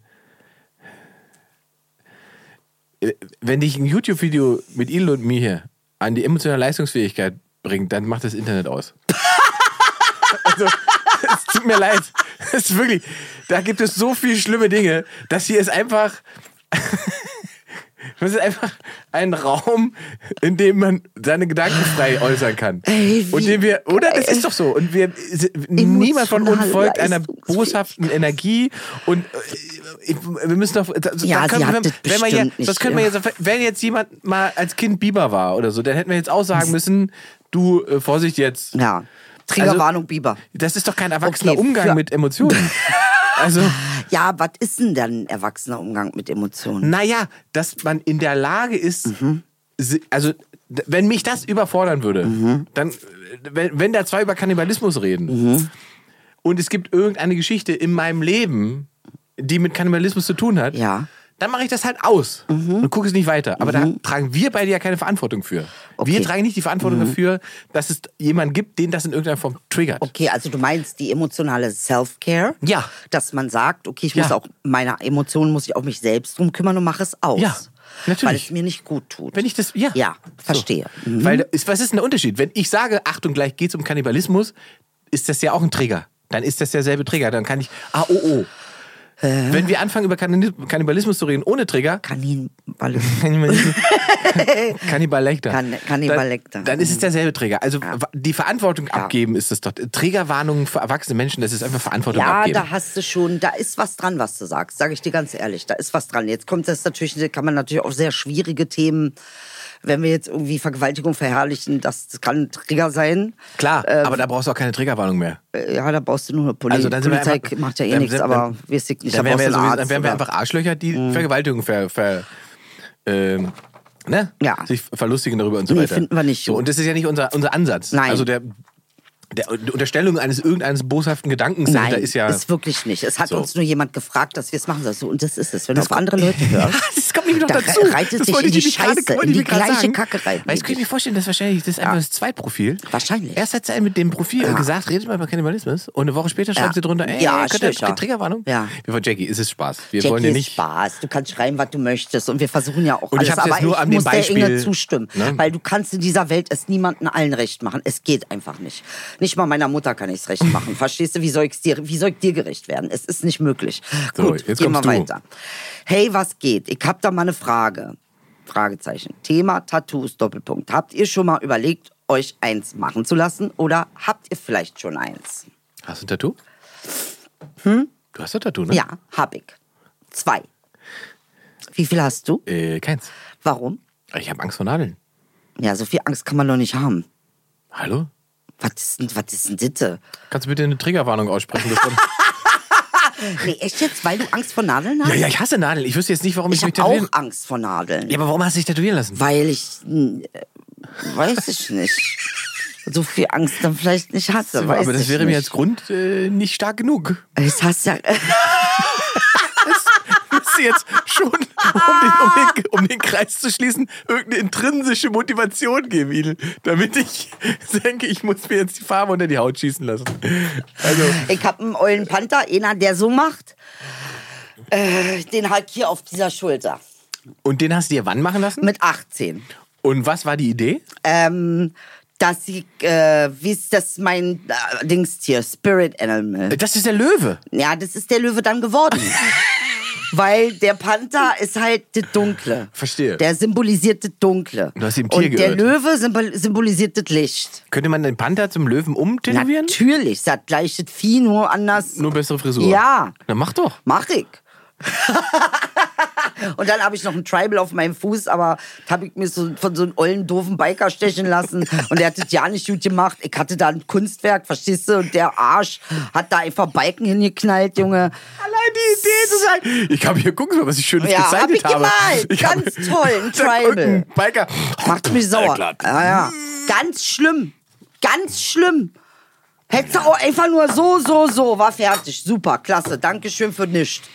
Speaker 2: äh, wenn dich ein YouTube-Video mit Il und mir hier an die emotionale Leistungsfähigkeit bringt, dann macht das Internet aus. [laughs] also, es tut mir leid. Es ist wirklich, da gibt es so viele schlimme Dinge. Das hier ist einfach, [laughs] das ist einfach ein Raum, in dem man seine Gedanken frei äußern kann.
Speaker 4: Ey, wie
Speaker 2: und den wir, oder? Das
Speaker 4: geil.
Speaker 2: ist doch so. Und wir, niemand von uns
Speaker 4: Emotionale
Speaker 2: folgt einer
Speaker 4: Leistungsfähigkeit.
Speaker 2: boshaften Energie und äh, ich, wir müssen doch. da-
Speaker 4: Ja,
Speaker 2: da
Speaker 4: sie hat
Speaker 2: wenn,
Speaker 4: das
Speaker 2: wenn man
Speaker 4: bestimmt
Speaker 2: ja, sonst können wir
Speaker 4: nicht,
Speaker 2: jetzt, wenn jetzt jemand mal als Kind Biber war oder so, dann hätten wir jetzt auch sagen müssen, du äh, Vorsicht jetzt.
Speaker 4: Ja. Triggerwarnung, Biber.
Speaker 2: Das ist doch kein erwachsener
Speaker 4: Okay,
Speaker 2: Umgang
Speaker 4: für-
Speaker 2: mit
Speaker 4: [laughs]
Speaker 2: Emotionen. also,
Speaker 4: Ja, was ist denn dann ein erwachsener Umgang mit Emotionen?
Speaker 2: naja, dass man in der Lage ist,
Speaker 4: Mhm.
Speaker 2: si- also d- wenn mich das überfordern würde,
Speaker 4: Mhm.
Speaker 2: dann, äh, wenn, wenn da zwei über Kannibalismus reden
Speaker 4: Mhm.
Speaker 2: und es gibt irgendeine Geschichte in meinem Leben, die mit Kannibalismus zu tun hat,
Speaker 4: Ja. Mhm.
Speaker 2: dann mache ich das halt aus und gucke es nicht weiter. Aber da tragen wir beide ja keine Verantwortung für. Wir
Speaker 4: Okay. Mhm.
Speaker 2: tragen nicht die Verantwortung dafür, dass es jemanden gibt, den das in irgendeiner Form triggert.
Speaker 4: Okay, also du meinst die emotionale Self-Care?
Speaker 2: Ja.
Speaker 4: Dass man sagt, okay, ich
Speaker 2: Ja.
Speaker 4: muss auch, meine Emotionen muss ich auch mich selbst drum kümmern und mache es aus.
Speaker 2: Ja, natürlich.
Speaker 4: Weil es mir nicht gut tut.
Speaker 2: Wenn ich das, ja.
Speaker 4: Ja,
Speaker 2: So.
Speaker 4: verstehe. Mhm.
Speaker 2: Weil, ist, was ist denn der Unterschied? Wenn ich sage, Achtung, gleich geht's um Kannibalismus, ist das ja auch ein Trigger. Dann ist das derselbe Trigger. Dann kann ich, ah, oh, oh.
Speaker 4: Äh.
Speaker 2: Wenn wir anfangen, über Kannibalismus- Kannibalismus zu reden, ohne Trigger, [laughs]
Speaker 4: [laughs] Kannibalismus.
Speaker 2: Kannibalekter.
Speaker 4: Kann- Mhm. Kannibalekter.
Speaker 2: Dann, dann ist es derselbe Trigger. Also wa- die Verantwortung abgeben ist es doch. Triggerwarnungen für erwachsene Menschen, das ist einfach Verantwortung
Speaker 4: Ja,
Speaker 2: abgeben.
Speaker 4: da hast du schon, da ist was dran, was du sagst, sage ich dir ganz ehrlich, da ist was dran. Jetzt kommt das natürlich, da kann man natürlich auch sehr schwierige Themen, wenn wir jetzt irgendwie Vergewaltigung verherrlichen, das, das kann ein Trigger sein.
Speaker 2: Klar,
Speaker 4: ähm,
Speaker 2: aber da brauchst du auch keine Triggerwarnung mehr.
Speaker 4: Äh, Ja, da brauchst du nur eine Poli
Speaker 2: Also dann sind wir
Speaker 4: Polizei,
Speaker 2: einfach,
Speaker 4: macht ja eh
Speaker 2: dann
Speaker 4: nichts,
Speaker 2: sind-
Speaker 4: aber wir sind nicht, da
Speaker 2: dann wären
Speaker 4: brauchst
Speaker 2: wir,
Speaker 4: du einen
Speaker 2: sowieso-
Speaker 4: Arzt. Mhm.
Speaker 2: dann wären wir
Speaker 4: oder-
Speaker 2: einfach Arschlöcher, die Vergewaltigung ver, ver, ähm, ne?
Speaker 4: Ja.
Speaker 2: sich verlustigen darüber und so
Speaker 4: Nee,
Speaker 2: weiter.
Speaker 4: finden wir nicht
Speaker 2: So,
Speaker 4: gut.
Speaker 2: und das ist ja nicht unser, unser Ansatz.
Speaker 4: Nein.
Speaker 2: Also der, der die Unterstellung eines irgendeines boshaften Gedankens
Speaker 4: Nein,
Speaker 2: da ist ja.
Speaker 4: wirklich nicht. Es hat
Speaker 2: So.
Speaker 4: uns nur jemand gefragt, dass wir es machen sollen. So, und das ist es. Wenn du auf
Speaker 2: [laughs]
Speaker 4: andere Leute hörst,
Speaker 2: Das kommt nämlich noch
Speaker 4: Da
Speaker 2: dazu.
Speaker 4: reitet
Speaker 2: das
Speaker 4: sich
Speaker 2: wollte
Speaker 4: in die
Speaker 2: ich nämlich gerade-
Speaker 4: Scheiße,
Speaker 2: wollte
Speaker 4: in
Speaker 2: ich
Speaker 4: die
Speaker 2: mir gerade
Speaker 4: gleiche
Speaker 2: sagen.
Speaker 4: Kacke reiten
Speaker 2: Weil
Speaker 4: die
Speaker 2: ich könnte mir
Speaker 4: dich.
Speaker 2: vorstellen, dass wahrscheinlich das ist einfach das Zweitprofil.
Speaker 4: Wahrscheinlich.
Speaker 2: Erst hat sie einen mit dem Profil
Speaker 4: Ja.
Speaker 2: gesagt, redet mal über Kannibalismus und eine Woche später schreibt
Speaker 4: Ja.
Speaker 2: sie drunter, ey,
Speaker 4: Ja,
Speaker 2: könnt ihr,
Speaker 4: sicher.
Speaker 2: Triggerwarnung?
Speaker 4: Ja.
Speaker 2: Wir von Jackie, es ist Spaß. Wir
Speaker 4: Jackie
Speaker 2: wollen dir
Speaker 4: ist
Speaker 2: nicht
Speaker 4: Spaß. Du kannst schreiben, was du möchtest. Und wir versuchen ja auch
Speaker 2: Und
Speaker 4: alles.
Speaker 2: ich hab's
Speaker 4: aber
Speaker 2: jetzt nur
Speaker 4: ich
Speaker 2: an dem
Speaker 4: muss der Inge
Speaker 2: Beispiel,
Speaker 4: zustimmen.
Speaker 2: ne?
Speaker 4: Weil du kannst in dieser Welt es niemandem allen recht machen. Es geht einfach nicht. Nicht mal meiner Mutter kann ich es recht
Speaker 2: [laughs]
Speaker 4: machen. Verstehst du, wie soll, ich's dir, wie soll ich dir gerecht werden? Es ist nicht möglich.
Speaker 2: So, jetzt
Speaker 4: Gut, gehen wir
Speaker 2: kommst du.
Speaker 4: weiter. Hey, was geht? Ich hab da mal eine Frage. Fragezeichen. Thema Tattoos, Doppelpunkt. Habt ihr schon mal überlegt, euch eins machen zu lassen? Oder habt ihr vielleicht schon eins?
Speaker 2: Hast du ein Tattoo? Du hast ein Tattoo, ne?
Speaker 4: Hm? Ja, hab ich. Zwei. Wie viel hast du?
Speaker 2: Äh, keins.
Speaker 4: Warum?
Speaker 2: Ich habe Angst vor Nadeln.
Speaker 4: Ja, so viel Angst kann man doch nicht haben.
Speaker 2: Hallo?
Speaker 4: Was ist denn, was ist denn Ditte?
Speaker 2: Kannst du bitte eine Triggerwarnung aussprechen? bevor-
Speaker 4: [laughs] Nee, echt jetzt, weil du Angst vor Nadeln hast?
Speaker 2: ja, ja, ich hasse Nadeln. Ich wüsste jetzt nicht, warum ich,
Speaker 4: ich
Speaker 2: mich
Speaker 4: habe
Speaker 2: tätowieren...
Speaker 4: auch Angst vor Nadeln.
Speaker 2: Ja, aber warum hast du dich tätowieren lassen?
Speaker 4: Weil ich, hm, äh, weiß ich nicht, so viel Angst dann vielleicht nicht hatte. Weiß
Speaker 2: aber das
Speaker 4: ich
Speaker 2: wäre
Speaker 4: nicht.
Speaker 2: mir als Grund äh, nicht stark genug.
Speaker 4: Ich hasse ja. [laughs]
Speaker 2: [laughs] Ist sie jetzt schon, um den, um, den, um den Kreis zu schließen, irgendeine intrinsische Motivation geben, Idel, damit ich [laughs] denke, ich muss mir jetzt die Farbe unter die Haut schießen lassen. Also,
Speaker 4: Ich habe einen ollen Panther, einer, der so macht. Äh, den halt hier auf dieser Schulter.
Speaker 2: und den hast du dir wann machen lassen?
Speaker 4: Mit 18.
Speaker 2: Und was war die Idee?
Speaker 4: Ähm, dass ich, äh, wie ist das mein äh, Dingstier? Spirit Animal.
Speaker 2: Das ist der Löwe.
Speaker 4: Ja, das ist der Löwe
Speaker 2: [laughs]
Speaker 4: dann geworden. Weil der Panther ist halt das Dunkle.
Speaker 2: Verstehe.
Speaker 4: Der symbolisiert das Dunkle.
Speaker 2: Du hast ihm Tier
Speaker 4: Und der
Speaker 2: geirrt.
Speaker 4: Löwe symbol symbolisiert das Licht.
Speaker 2: Könnte man den Panther zum Löwen umtätowieren?
Speaker 4: Natürlich, das gleiche Vieh, nur anders.
Speaker 2: Nur bessere Frisur.
Speaker 4: Ja.
Speaker 2: Na mach doch.
Speaker 4: Mach ich. [laughs] Und dann habe ich noch einen Tribal auf meinem Fuß, aber das habe ich mir so von so einem ollen, doofen Biker stechen lassen. Und der hat das ja nicht gut gemacht. Ich hatte da ein Kunstwerk, verstehst du? Und der Arsch hat da einfach Balken hingeknallt, Junge.
Speaker 2: Allein die Idee zu sagen, ich habe hier, gucken Sie mal, was ich schönes
Speaker 4: Ja, hab
Speaker 2: gezeichnet
Speaker 4: ich
Speaker 2: habe.
Speaker 4: gemalt.
Speaker 2: [laughs]
Speaker 4: Ganz toll,
Speaker 2: Zack,
Speaker 4: ein Tribal.
Speaker 2: irgendein Biker.
Speaker 4: Macht mich sauer.
Speaker 2: Äh, glatt.
Speaker 4: Ja, ja. Ganz schlimm. Ganz schlimm. Hättest du auch einfach nur so, so, so, war fertig. Super, klasse. Dankeschön für nichts.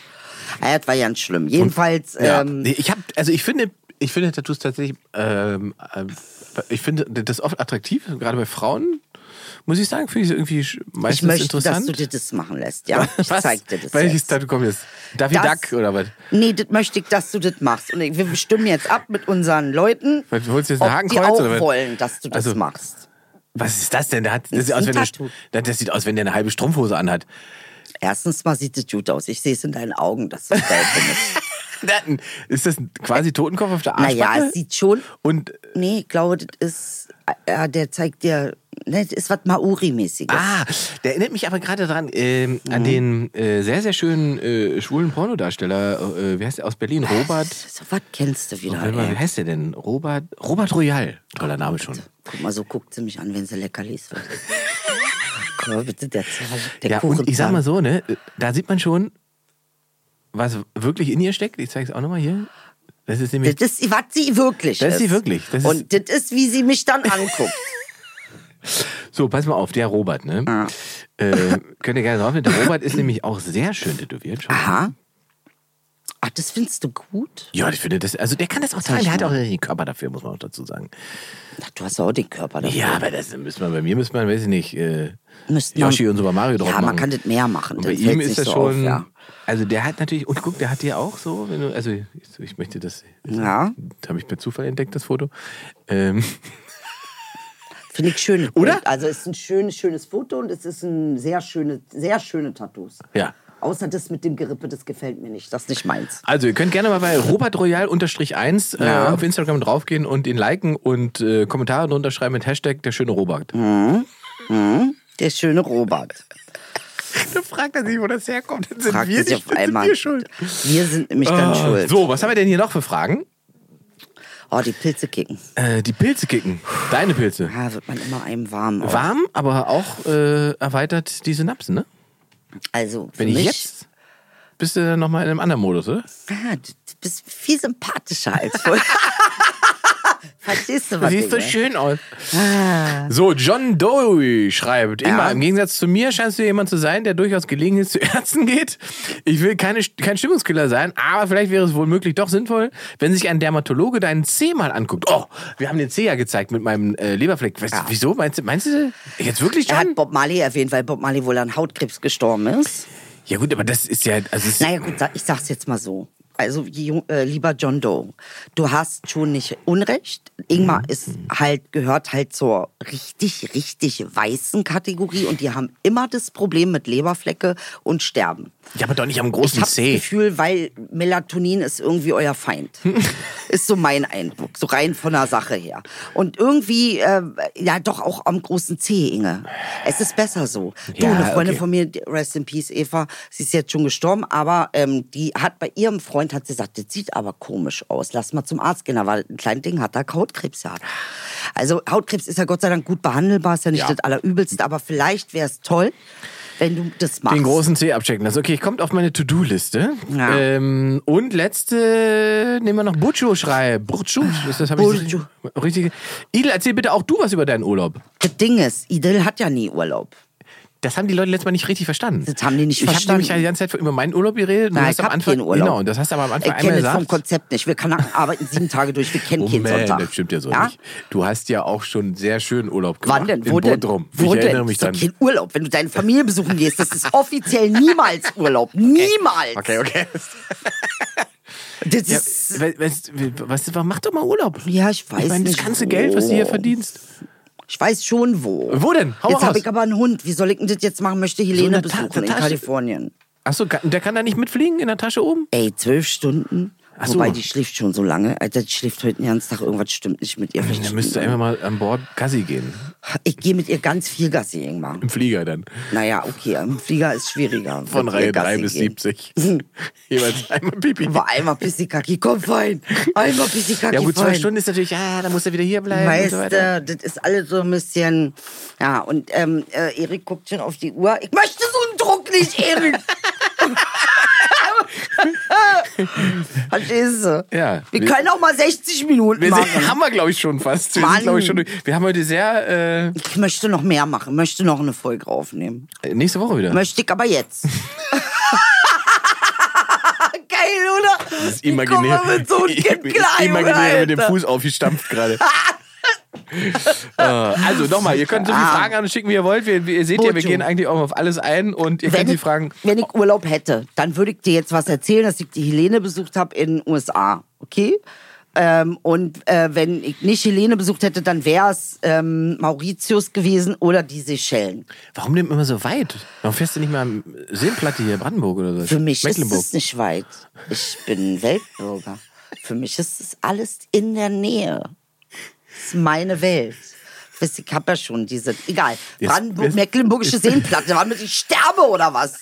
Speaker 4: Ja, das war ganz schlimm. Jedenfalls,
Speaker 2: Ja.
Speaker 4: ähm,
Speaker 2: Nee, ich hab, also ich finde, ich finde Tattoos tatsächlich, ähm, ähm, ich finde das oft attraktiv, gerade bei Frauen, muss ich sagen, finde ich es irgendwie sch- meistens
Speaker 4: ich möchte, dass
Speaker 2: interessant. [laughs]
Speaker 4: du dir das machen lässt. Ja, ich
Speaker 2: was?
Speaker 4: zeig dir das.
Speaker 2: Welches
Speaker 4: jetzt.
Speaker 2: Tattoo kommt jetzt? Daffy
Speaker 4: Das-
Speaker 2: Duck oder was?
Speaker 4: Nee, das möchte ich, dass du das machst. Und ich- wir stimmen jetzt ab mit unseren Leuten,
Speaker 2: Was, holst du jetzt ein
Speaker 4: ob die
Speaker 2: Hakenkreuz
Speaker 4: auch
Speaker 2: oder was?
Speaker 4: wollen, dass du das
Speaker 2: Also-
Speaker 4: machst.
Speaker 2: Was ist das denn? Der hat, das,
Speaker 4: Ist
Speaker 2: sieht aus,
Speaker 4: ein
Speaker 2: wenn der,
Speaker 4: Tattoo.
Speaker 2: das, das sieht aus, wenn der eine halbe Strumpfhose anhat.
Speaker 4: Erstens mal sieht es gut aus. Ich sehe es in deinen Augen, dass du es geil
Speaker 2: [laughs]
Speaker 4: findest.
Speaker 2: Dann Ist das ein quasi Totenkopf auf der Arschbacke?
Speaker 4: naja, es sieht schon
Speaker 2: Und
Speaker 4: Nee, ich glaube, das ist, äh, der zeigt dir, ne, das ist was Maori-mäßiges.
Speaker 2: Ah, der erinnert mich aber gerade daran, ähm, an
Speaker 4: Mhm.
Speaker 2: den äh, sehr, sehr schönen äh, schwulen Pornodarsteller, äh, wie heißt der aus Berlin? Robert.
Speaker 4: So was kennst du wieder,
Speaker 2: Warte mal, Wie
Speaker 4: ey.
Speaker 2: heißt der denn? Robert, Robert Royal. Toller Name schon.
Speaker 4: Guck mal, so guckt sie mich an, wenn sie lecker
Speaker 2: [laughs]
Speaker 4: liest. Guck mal, bitte, der, Zahn- der
Speaker 2: Ja,
Speaker 4: Kuchen.
Speaker 2: und ich sag mal so, ne, da sieht man schon, was wirklich in ihr steckt. Ich zeig's auch nochmal hier. Das ist nämlich.
Speaker 4: Das ist, was sie wirklich
Speaker 2: Das ist
Speaker 4: ist.
Speaker 2: sie wirklich. Das ist-
Speaker 4: und das ist, wie sie mich dann anguckt.
Speaker 2: [laughs] So, pass mal auf, der Robert, ne? Äh, könnt ihr gerne drauf Der Robert ist nämlich auch sehr schön tätowiert. Schon.
Speaker 4: Aha. Ach, das findest du gut?
Speaker 2: Ja, ich finde das, also der kann das auch tragen. Der hat auch den Körper dafür, muss man auch dazu sagen.
Speaker 4: Na, du hast ja auch den Körper dafür.
Speaker 2: Ja, aber das müsste man, bei mir müsste man, weiß ich nicht, äh,
Speaker 4: Müssten
Speaker 2: Yoshi
Speaker 4: man-
Speaker 2: und Super Mario drauf
Speaker 4: Ja, man
Speaker 2: machen.
Speaker 4: kann das mehr machen,
Speaker 2: Und
Speaker 4: dann
Speaker 2: bei ihm
Speaker 4: fällt's nicht
Speaker 2: ist das
Speaker 4: so auf,
Speaker 2: schon,
Speaker 4: ja.
Speaker 2: also der hat natürlich, und guck, der hat ja auch so, wenn du, also ich, ich möchte das, also
Speaker 4: Ja.
Speaker 2: das habe ich per Zufall entdeckt, das Foto. Ähm, [laughs]
Speaker 4: Finde ich schön.
Speaker 2: Oder?
Speaker 4: Also es ist ein schönes, schönes Foto und es ist ein sehr schöne, sehr schöne Tattoos.
Speaker 2: Ja.
Speaker 4: Außer das mit dem Gerippe, das gefällt mir nicht. Das ist nicht meins.
Speaker 2: also ihr könnt gerne mal bei Robert Royal 1 äh,
Speaker 4: Ja.
Speaker 2: auf Instagram draufgehen und ihn liken und äh, Kommentare drunter schreiben mit Hashtag der schöne Robert.
Speaker 4: Der schöne Robert.
Speaker 2: Dann [laughs] fragt er sich, wo das herkommt, dann sind
Speaker 4: Fragt
Speaker 2: wir,
Speaker 4: sich
Speaker 2: nicht,
Speaker 4: auf einmal.
Speaker 2: wir schuld. Ah,
Speaker 4: Wir sind nämlich dann schuld.
Speaker 2: So, was haben wir denn hier noch für Fragen?
Speaker 4: Oh, die Pilze kicken.
Speaker 2: Äh, die Pilze kicken. Deine Pilze.
Speaker 4: Ja, wird man immer einem warm. auch.
Speaker 2: Warm, aber auch äh, erweitert die Synapsen, ne?
Speaker 4: Also für
Speaker 2: Wenn ich
Speaker 4: mich,
Speaker 2: jetzt. Bist du dann nochmal in einem anderen Modus, oder?
Speaker 4: Ah, du du bist viel sympathischer
Speaker 2: [laughs]
Speaker 4: als vorher. Verstehst du, was ich meine?
Speaker 2: schön aus. So, John Doe schreibt, Ingmar,
Speaker 4: Ah. Ja.
Speaker 2: im Gegensatz zu mir scheinst du jemand zu sein, der durchaus gelegen ist, zu Ärzten geht. Ich will keine, kein Stimmungskiller sein, aber vielleicht wäre es wohl möglich doch sinnvoll, wenn sich ein Dermatologe deinen Zeh mal anguckt. Oh, wir haben den Zeh ja gezeigt mit meinem äh, Leberfleck. Weißt, du, Wieso? Meinst, du- meinst du jetzt wirklich,
Speaker 4: Er hat
Speaker 2: John?
Speaker 4: Bob Marley erwähnt, weil Bob Marley wohl an Hautkrebs gestorben ist.
Speaker 2: Ja gut, aber das ist ja... Also es,
Speaker 4: Naja, gut, sa- ich sag's jetzt mal so. also ju- äh, lieber John Doe, du hast schon nicht Unrecht. Ingmar
Speaker 2: Mhm.
Speaker 4: ist halt, gehört halt zur richtig, richtig weißen Kategorie und die haben immer das Problem mit Leberflecke und Sterben.
Speaker 2: Ja, aber doch nicht am
Speaker 4: Ich
Speaker 2: großen
Speaker 4: habe das
Speaker 2: C.
Speaker 4: Gefühl, weil Melatonin ist irgendwie
Speaker 2: [laughs]
Speaker 4: euer Feind. ist so mein Eindruck, so rein von der Sache her. Und irgendwie, äh, ja doch auch am großen C, Inge. Es ist besser so. Du,
Speaker 2: Ja,
Speaker 4: eine Freundin
Speaker 2: okay.
Speaker 4: von mir, die- Rest in Peace, Eva, sie ist jetzt schon gestorben, aber ähm, die hat bei ihrem Freund, hat sie gesagt, das sieht aber komisch aus, lass mal zum Arzt gehen. Da war ein kleines Ding, hat er Hautkrebs gehabt. Also Hautkrebs ist ja Gott sei Dank gut behandelbar, ist ja nicht
Speaker 2: Ja.
Speaker 4: das Allerübelste, aber vielleicht wäre es toll, wenn du das machst.
Speaker 2: Den großen C abchecken lassen. Okay, ich kommt auf meine To-Do-Liste.
Speaker 4: Ja.
Speaker 2: Ähm, und letzte nehmen wir noch Butschu-Schrei. Butschu, ist das habe ich
Speaker 4: Butschu.
Speaker 2: richtig- richtig. Idel, erzähl bitte auch du was über deinen Urlaub.
Speaker 4: Das Ding ist, Idil hat ja nie Urlaub.
Speaker 2: Das haben die Leute letztes Mal nicht richtig verstanden.
Speaker 4: Das haben die nicht
Speaker 2: ich
Speaker 4: verstanden.
Speaker 2: Ich habe nämlich ja die ganze Zeit über meinen Urlaub geredet. und du
Speaker 4: Nein,
Speaker 2: hast
Speaker 4: ich
Speaker 2: am
Speaker 4: hab
Speaker 2: Anfang,
Speaker 4: keinen Urlaub.
Speaker 2: Genau, das hast du aber am Anfang
Speaker 4: ich
Speaker 2: einmal
Speaker 4: kenne das vom
Speaker 2: gesagt. Oh
Speaker 4: Konzept nicht. Wir
Speaker 2: [laughs]
Speaker 4: Kanaken arbeiten sieben Tage durch, wir kennen keinen Sonntag.
Speaker 2: das stimmt ja so nicht. Du hast ja auch schon sehr schönen Urlaub gemacht.
Speaker 4: Wann denn?
Speaker 2: In
Speaker 4: Wo denn?
Speaker 2: Bodrum.
Speaker 4: Wo
Speaker 2: ich
Speaker 4: denn?
Speaker 2: erinnere mich
Speaker 4: Das
Speaker 2: dann.
Speaker 4: ist doch kein Urlaub. Wenn du deine Familie besuchen gehst, das ist
Speaker 2: [laughs]
Speaker 4: offiziell niemals Urlaub. Niemals.
Speaker 2: Okay, okay.
Speaker 4: Das
Speaker 2: Ja,
Speaker 4: ist
Speaker 2: was, was, was, mach doch mal Urlaub.
Speaker 4: Ja, ich weiß
Speaker 2: ich meine, das
Speaker 4: nicht,
Speaker 2: ganze Geld, was du hier
Speaker 4: wo.
Speaker 2: verdienst.
Speaker 4: Ich weiß schon wo.
Speaker 2: Wo denn? Hau mal
Speaker 4: jetzt
Speaker 2: raus.
Speaker 4: habe ich aber einen Hund. Wie soll ich denn das jetzt machen? Möchte Helene
Speaker 2: eine Ta-
Speaker 4: besuchen in
Speaker 2: Tasche-
Speaker 4: Kalifornien.
Speaker 2: Achso, der kann da nicht mitfliegen in der Tasche oben?
Speaker 4: Ey, zwölf Stunden?
Speaker 2: so.
Speaker 4: Wobei, die schläft schon so lange. Alter, die schläft heute den ganzen Tag. Irgendwas stimmt nicht mit ihr. Vielleicht
Speaker 2: Dann müsste
Speaker 4: stimmt-
Speaker 2: einfach mal an Bord Gassi gehen.
Speaker 4: ich gehe mit ihr ganz viel Gassi irgendwann.
Speaker 2: Im Flieger dann.
Speaker 4: Naja, okay, im Flieger ist schwieriger.
Speaker 2: Von
Speaker 4: Mit ihr
Speaker 2: Reihe 3
Speaker 4: Gassi
Speaker 2: bis
Speaker 4: gehen. [laughs] Hm.
Speaker 2: 70. Jeweils einmal Pipi.
Speaker 4: Aber einmal Pissikaki, komm fein. Einmal Pissikaki,
Speaker 2: Ja gut,
Speaker 4: fein.
Speaker 2: zwei Stunden ist natürlich, ja, da muss er wieder hier bleiben. und
Speaker 4: Weißt
Speaker 2: so
Speaker 4: du,
Speaker 2: weiter.
Speaker 4: das ist alles so ein bisschen. Ja, und ähm, äh, Erik guckt schon auf die Uhr. Ich möchte so einen Druck
Speaker 2: [laughs]
Speaker 4: nicht, Erik! [laughs] Verstehst du?
Speaker 2: Ja.
Speaker 4: Wir können auch mal 60 Minuten
Speaker 2: Wir
Speaker 4: machen.
Speaker 2: sind, [laughs] haben wir, glaube ich, schon fast. Wir,
Speaker 4: Mann.
Speaker 2: sind, glaub ich, schon, durch. wir haben heute sehr.
Speaker 4: Ich möchte noch mehr machen, möchte noch eine Folge aufnehmen.
Speaker 2: Äh, nächste Woche wieder.
Speaker 4: Möchte ich
Speaker 2: [laughs]
Speaker 4: aber jetzt. Geil, oder? Das
Speaker 2: Imaginär.
Speaker 4: mit so
Speaker 2: [laughs]
Speaker 4: einem Kind klar, Junge,
Speaker 2: imaginär mit dem
Speaker 4: Alter.
Speaker 2: Fuß aufgestampft
Speaker 4: [laughs]
Speaker 2: gerade. Äh, Also nochmal, ihr könnt so
Speaker 4: Ah.
Speaker 2: viele Fragen an uns schicken, wie ihr wollt. Wir, wir- ihr seht ja, wir
Speaker 4: Bojo.
Speaker 2: gehen eigentlich auch auf alles ein und ihr könnt die
Speaker 4: ich,
Speaker 2: Fragen.
Speaker 4: wenn ich Urlaub hätte, dann würde ich dir jetzt was erzählen, dass ich die Helene besucht habe in den USA. Okay? Ähm, und äh, wenn ich nicht Helene besucht hätte, dann wäre es ähm, Mauritius gewesen oder die Seychellen.
Speaker 2: Warum nimmt man immer so weit? Warum fährst du nicht mal am Seenplatte hier in Brandenburg oder so?
Speaker 4: Für mich ist
Speaker 2: Mecklenburg.
Speaker 4: es nicht weit. Ich bin Weltbürger. Für mich ist es alles in der Nähe. Das ist meine Welt. Wisst ihr, Ich habe ja schon diese. Egal.
Speaker 2: Jetzt-
Speaker 4: Brandenburg,
Speaker 2: jetzt-
Speaker 4: mecklenburgische Seenplatte. Damit ich sterbe oder was?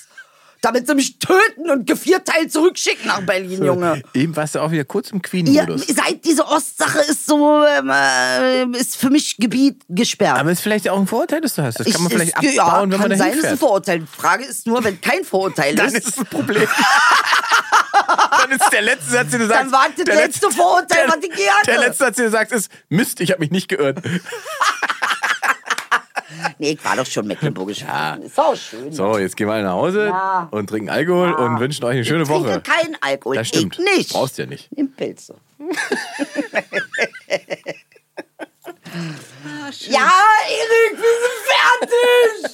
Speaker 4: Damit sie mich töten und gevierteilt zurückschicken nach Berlin, Junge.
Speaker 2: Äh, Eben warst du auch wieder kurz im
Speaker 4: Ihr
Speaker 2: Queen-Modus.
Speaker 4: seid, diese Ostsache ist so, ähm, äh, ist für mich Gebiet gesperrt.
Speaker 2: Aber es ist vielleicht auch ein Vorurteil, das du hast. Das kann man
Speaker 4: Ich-
Speaker 2: vielleicht
Speaker 4: ist-
Speaker 2: abbauen,
Speaker 4: ja,
Speaker 2: wenn man
Speaker 4: kann
Speaker 2: da
Speaker 4: sein, ist ein
Speaker 2: hinfährt.
Speaker 4: Vorurteil. Die Frage ist nur, wenn kein Vorurteil
Speaker 2: Dann ist es ein Problem. [laughs] Dann ist der letzte Satz, den du sagst.
Speaker 4: Dann war das
Speaker 2: der
Speaker 4: letzte Vorurteil, was ich je hatte.
Speaker 2: Der letzte Satz, den du sagst, ist: Mist, ich habe mich nicht geirrt.
Speaker 4: Nee, ich war doch schon
Speaker 2: [laughs]
Speaker 4: mecklenburgisch. Ja. Ist auch schön.
Speaker 2: So, jetzt gehen wir alle nach Hause
Speaker 4: Ja.
Speaker 2: und trinken Alkohol und wünschen euch eine schöne
Speaker 4: ich
Speaker 2: Woche.
Speaker 4: trinke keinen Alkohol.
Speaker 2: Das stimmt.
Speaker 4: Ich nicht.
Speaker 2: Brauchst ja nicht.
Speaker 4: Nimm
Speaker 2: [laughs]
Speaker 4: Pilze. ja, Erik, wir sind fertig.